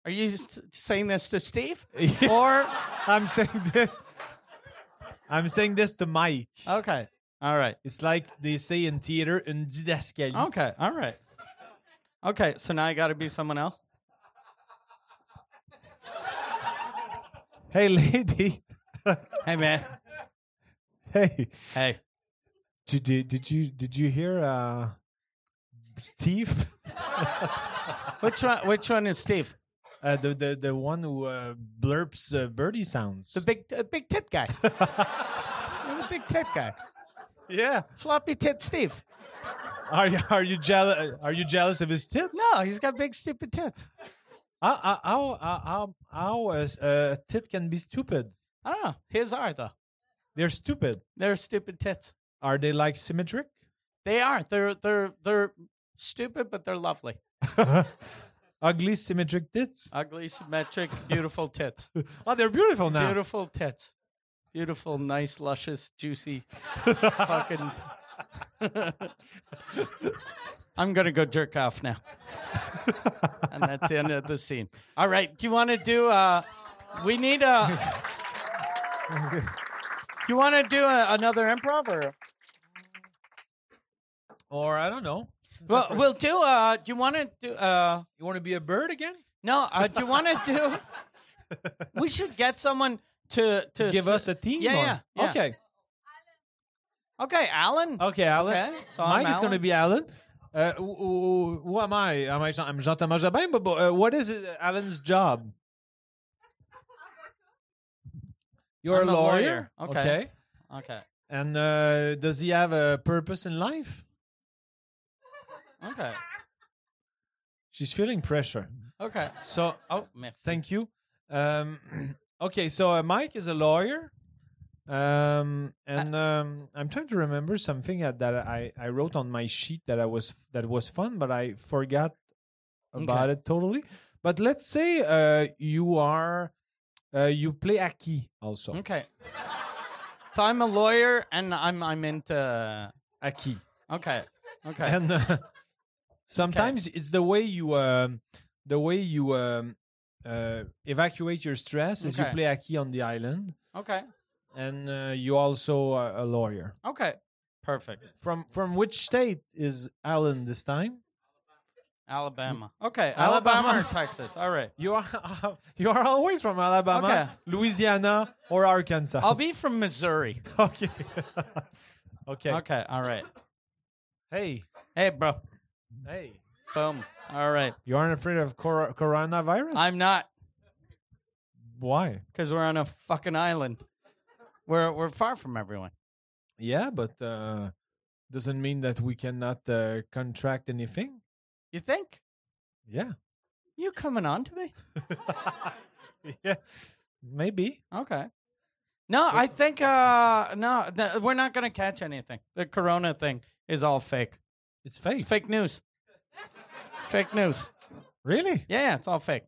Are you s saying this to Steve?
Yeah.
Or
I'm saying this. I'm saying this to Mike.
okay, all right,
It's like they say in theater, in didascalie.
okay, all right, okay. So now I got to be someone else.
Hey, lady.
Hey man,
hey.
hey,
Did, did, did you did you hear uh, Steve?
which one? Which one is Steve?
Uh, the, the the one who uh, blurps uh, birdie sounds. (laughs)
The big, uh, big tit guy. You're the big tit guy.
yeah.
Floppy tit Steve.
Are you are you jealous? Are you jealous of his tits?
No, he's got big stupid tits.
How how how how, how a s- a uh, tit can be stupid?
I don't know. His are though.
They're stupid.
They're stupid tits.
Are they like (laughs) symmetric?
They are. They're they're they're stupid, but they're lovely.
Ugly symmetric tits.
Ugly, symmetric, beautiful tits.
Oh, they're beautiful now.
Beautiful tits. Beautiful, nice, luscious, juicy. fucking.
(laughs)
(laughs) I'm gonna go jerk off now, (laughs) and that's the end of the scene. All right. Do you want to do? Uh, we need a. Do you want to do a, another improv or?
Or I don't know. Since I
Well,
for-
we'll do. Uh, do you want to do? Uh,
you want to be a bird again?
No, uh, do you want to do? We should get someone to to
Give
s-
us a team.
Yeah,
or-
yeah, yeah.
Okay.
Okay, Alan.
Okay, Oh, Alan.
Okay, so
Mine
I'm
is going to
Alan.
be Alan. Uh, who, who, who am I? Am I Jean, I'm Jean-Thomas Jobin? But, but uh, what is it, uh, Alan's job? You're
I'm
a
a
lawyer.
lawyer. Okay. Okay.
And uh, does he have a purpose in life?
Okay.
She's feeling pressure.
Okay.
So
Oh, merci.
Thank you. Um, (clears throat) okay, so uh, Mike is a lawyer, um, and um, I'm trying to remember something that, that I, I wrote on my sheet that I was that was fun, but I forgot about it totally. But let's say uh, you are uh, you play aki also
okay. So I'm a lawyer, and I'm I'm into.
aki,
Okay. Okay.
(laughs) and uh, sometimes it's the way you um, the way you um, uh, evacuate your stress is you
Okay.
play aki on the island.
okay.
and uh, you also are a lawyer.
Okay. Perfect.
From from which state is Alan this time?
Alabama. Okay.
Alabama.
Alabama, or Texas. All right.
You are (laughs) you are always from Alabama,
Okay.
Louisiana, or Arkansas.
I'll be from Missouri.
(laughs) okay. (laughs) okay.
Okay. All right.
Hey,
Hey, bro.
hey,
Boom. All right.
you aren't afraid of cor- coronavirus?
I'm not.
Why?
because we're on a fucking island. We're we're far from everyone.
Yeah, but uh, doesn't mean that we cannot uh, contract anything.
You think (laughs)
Yeah.
you coming on to me?
yeah. Maybe.
Okay. No, I think uh no, no, we're not gonna catch anything. The corona thing is all fake.
It's fake.
It's fake news. fake news.
Really?
Yeah, yeah, it's all fake.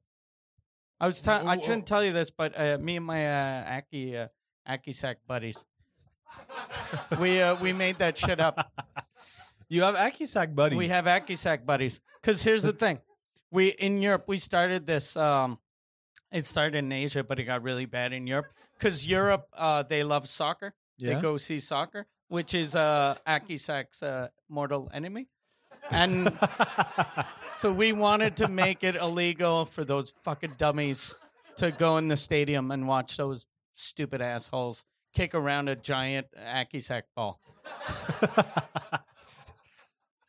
I was tell- I shouldn't tell you this, but uh, me and my uh, Aki uh, Aki Sack buddies, we uh, we made that shit up.
You have Akisak buddies.
We have Akisak buddies. Because here's the thing: we in Europe we started this. Um, it started in Asia, but it got really bad in Europe because Europe uh, they love soccer.
Yeah.
They go see soccer, which is uh, Akisak's uh, mortal enemy, and so we wanted to make it illegal for those fucking dummies to go in the stadium and watch those stupid assholes kick around a giant Akisak ball.
(laughs)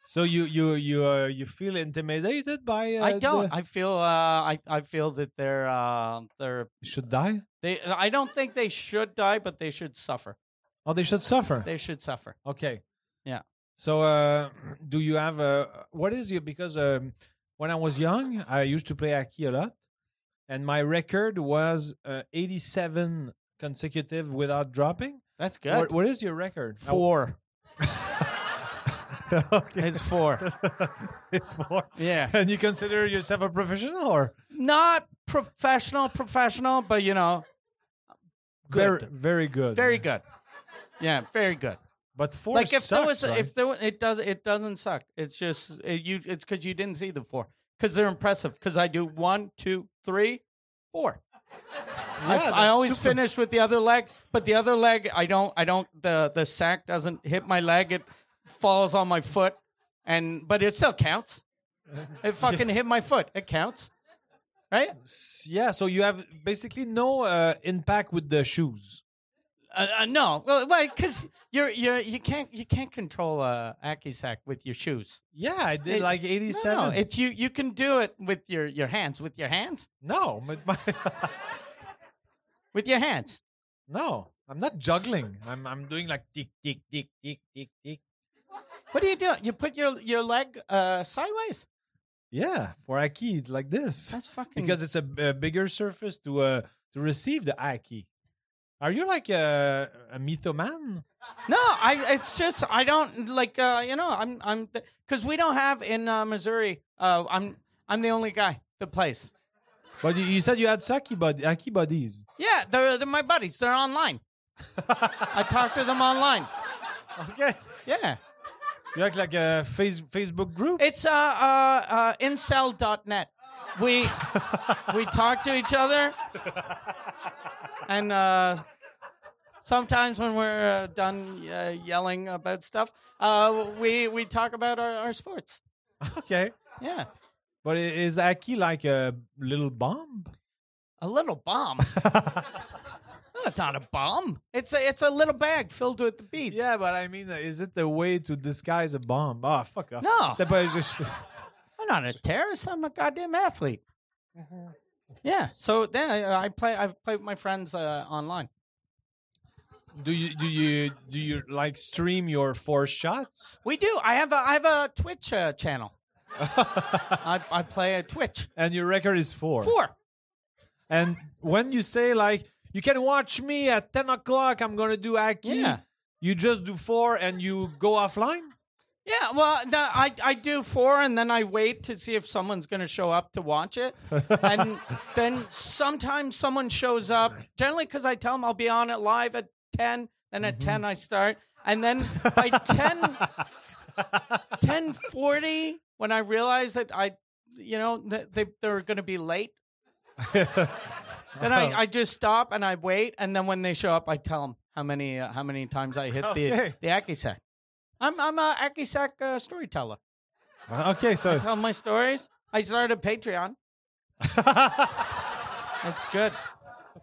So you you you uh, you feel intimidated by? Uh,
I don't.
the-
I feel. Uh, I I feel that they're uh, they're
should die.
they. I don't think they should die, but they should suffer.
Oh, they should suffer.
They should suffer.
Okay.
Yeah.
So, uh, (clears throat) do you have a what is your because um, when I was young, I used to play hockey a lot, and my record was uh, 87 consecutive without dropping.
That's good.
What, what is your record? I-
four.
(laughs) okay. (laughs)
It's four.
it's four.
yeah.
And you consider yourself a professional or
Not professional, professional, but you know,
very,
Good.
very good,
very good. Yeah, very good.
But four
like if there
sucks,
was,
right?
if there was, it does, it doesn't suck. It's just it, you. It's because you didn't see the four. Because they're impressive. Because I do one, two, three, four.
Yeah,
I, I
that's
always
super.
finish with the other leg, but the other leg, I don't. I don't. The the sack doesn't hit my leg. It falls on my foot, and but it still
(laughs)
counts. It fucking hit my foot. It counts, right?
S- yeah. So you have basically no uh, impact with the shoes.
Uh, uh, no, well, because you're you're you can't you can't control a aki sack with your shoes.
Yeah, I did
It-
like
No,
87.
No, it's you you can do it with your your hands with your hands
No, but my,
with your hands.
(laughs) no, I'm not juggling. I'm I'm doing like tick tick tick tick tick tick.
What do you do? You put your your leg uh, sideways.
Yeah, for aki it's like this
That's fucking
because it's a, b- a bigger surface to uh to receive the aki. Are you like a a mythoman?
No, I. It's just I don't like. Uh, you know, I'm. I'm because we don't have in uh, Missouri. Uh, I'm. I'm the only guy that plays.
But you, you said you had saki bud aki buddies.
(laughs) Yeah, they're, they're my buddies. They're online. I talk to them online.
Okay,
Yeah,
you act like a face, Facebook group.
it's uh, uh, uh, incel.net. We we talk to each other, and uh, sometimes when we're uh, done uh, yelling about stuff, uh, we we talk about our, our sports.
(laughs) Okay,
Yeah.
but i- is aki like a little bomb?
(laughs) A little bomb. no, it's not a bomb. It's a it's a little bag filled with the beads.
Yeah, but I mean, uh, is it the way to disguise a bomb? Ah, fuck off.
No.
Step out of this-
I'm not a terrorist. I'm a goddamn athlete. Yeah. So then I, I play. I play with my friends uh, online.
(laughs) Do you do you do you like stream your four shots? (laughs)
We do. I have a I have a Twitch uh, channel. I I play a Twitch
And your record is four.
four.
And when you say like you can watch me at ten o'clock, I'm gonna do Aki.
Yeah.
You just do four and you go
(laughs)
offline.
Yeah, well, no, I I do four, and then I wait to see if someone's going to show up to watch it, and then sometimes someone shows up. Generally, because I tell them I'll be on it live at ten, then at ten I start, and then by 10, 10.40, when I realize that I, you know, that they they're going to be late, then I, I just stop and I wait, and then when they show up, I tell them how many uh, how many times I hit
Okay.
the the Aki sack. I'm I'm a Aki sack uh, storyteller
Okay,
(laughs)
so
tell my stories. I started Patreon. It's good.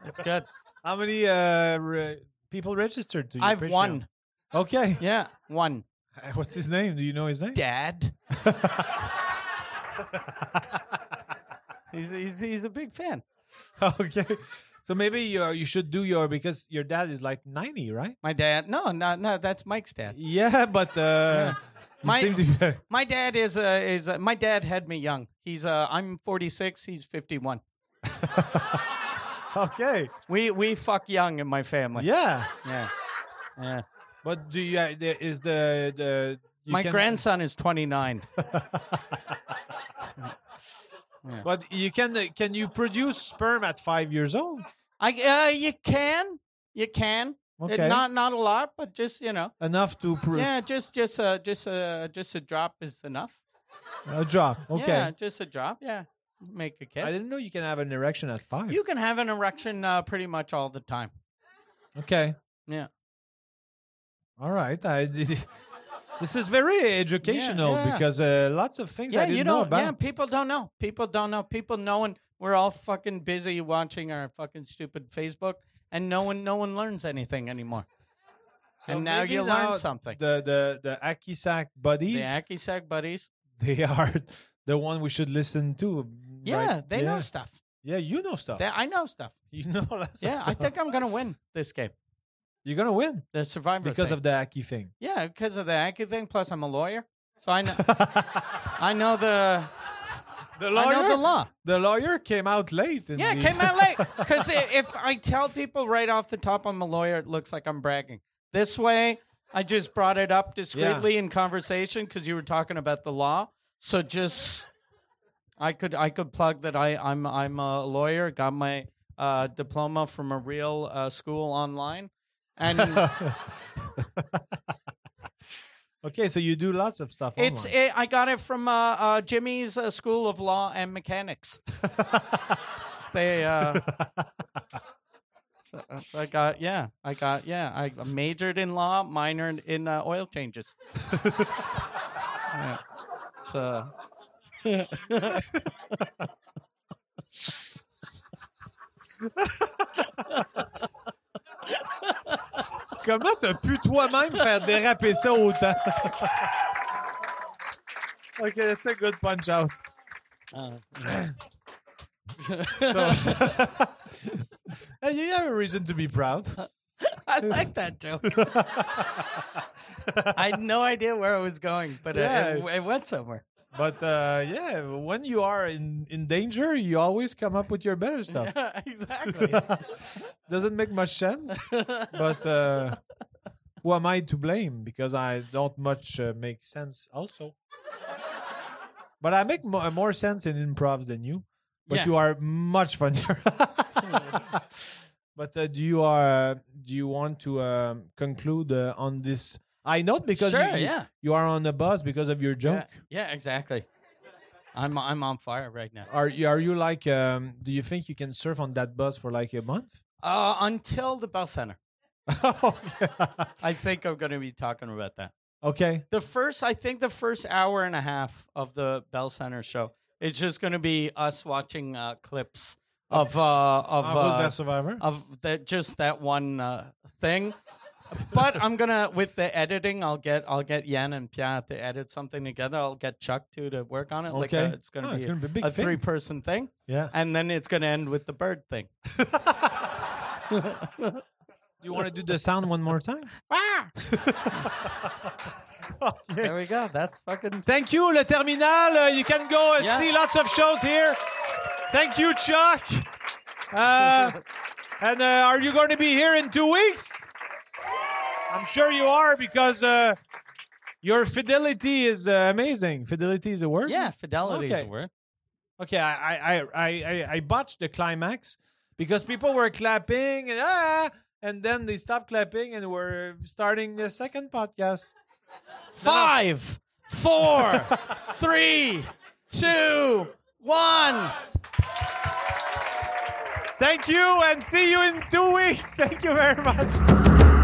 It's good.
how many uh, re- people registered to you?
I've won.
Okay. (laughs)
Yeah, one.
Uh, What's his name? Do you know his name?
Dad. (laughs) he's, he's he's a big fan.
(laughs) okay. So maybe you you should do your because your dad is like ninety, right?
My dad. No, no, no. That's Mike's dad.
Yeah, but uh, you
My-
seem to be. (laughs)
My dad is uh, is uh, my dad had me young. He's uh, I'm 46. He's 51.
okay.
We we fuck young in my family.
Yeah,
yeah. yeah.
but do you uh, the- is the the you
My
can-
grandson is 29.
(laughs) But you can uh, can you produce sperm at five years old?
I uh, you can you can. It-
Okay.
not not a lot, but just you know.
Enough to prove
Yeah, just just a just a just a drop is enough.
a drop. Okay.
Yeah, just a drop. Yeah, make
I
a kid.
didn't know you can have an erection at five.
You can have an erection uh, pretty much all the time.
okay.
Yeah,
All right. I (laughs) did. This is very educational
yeah.
because uh, lots of things I
yeah.
didn't
You
know
don't.
about.
Yeah, people don't know. People don't know. People knowing we're all fucking busy watching our fucking stupid Facebook, and no one no one learns anything anymore.
So
and now
maybe
you
now
learn something.
The the the Akisak buddies.
The Akisak buddies.
(laughs) they are the one we should listen to.
Yeah,
right?
they
yeah.
know stuff.
Yeah, you know stuff.
They, I know stuff.
(laughs) you know (laughs) lots of
Yeah, I
stuff.
think I'm gonna win this game.
you're gonna win
The Survivor
because
thing.
of the Aki thing. (laughs)
yeah, because of the Aki thing. Plus, I'm a lawyer, so I know I know the
the
I know the law.
the lawyer came out late. In
Yeah, it
the-
came out late. Because if I tell people right off the top I'm a lawyer, it looks like I'm bragging. This way, I just brought it up discreetly in conversation because you were talking about the law. So just, I could I could plug that I I'm I'm a lawyer. Got my uh, diploma from a real uh, school online, (laughs) and
(laughs) okay, so you do lots of stuff.
it's
online.
it, I got it from uh, uh, Jimmy's uh, School of Law and
(laughs)
Mechanics. they uh so, uh, i got yeah i got yeah i majored in law minored in uh, oil
(laughs)
changes yeah. so
Comment t'as pu toi-même faire déraper ça autant? ok, that's a good punch out.
uh,
So, (laughs) (laughs) Hey, you have a reason to be proud.
i like that
(laughs)
joke i had no idea where i was going but uh, it, it,
Yeah.
it went
(laughs)
somewhere (laughs)
But uh, yeah, when you are in, in danger, you always come up with your better (laughs) stuff.
exactly
Doesn't make much sense, but uh, who am I to blame? Because I don't much uh, make sense also. But I make mo- uh, more sense in improv than you. But
Yeah.
you are much funnier. (laughs) but uh, do you are do you want to um, conclude uh, on this? I note because you-
Sure,
you,
yeah.
you are on the bus because of your joke.
yeah, yeah exactly i'm i'm on fire right now
Are you, are you like? Um, do you think you can surf on that bus for like a month? (laughs)
uh until the bell center
Oh, yeah.
i think i'm going to be talking about that
okay.
the first i think the first hour and a half of the bell center show is just going to be us watching uh, clips of uh of
Of, uh,
uh,
Survivor.
of that just that one uh, thing but i'm gonna with the editing i'll get i'll get yan and pierre to edit something together i'll get chuck too to work on it like
Okay.
uh it's gonna
Oh,
be
it's gonna be a big
a
thing.
three person thing
yeah.
and then it's gonna end with the bird thing
Do you want to do the sound one more time?
there we go that's
(laughs)
fucking
Thank you, Le Terminal. Uh, you can go uh,
Yeah.
see lots of shows here. Thank you, Chuck. Uh, and uh, are you going to be here in two weeks? I'm sure you are because uh, your fidelity is uh, amazing. Fidelity is a word?
yeah fidelity is
Okay.
a word
Okay, I I I I, I- I botched the climax because people were clapping and ah, and then they stopped clapping and were starting the second podcast.
Five,
(laughs)
four, three, two, one.
(laughs) Thank you and see you in two weeks. Thank you very much.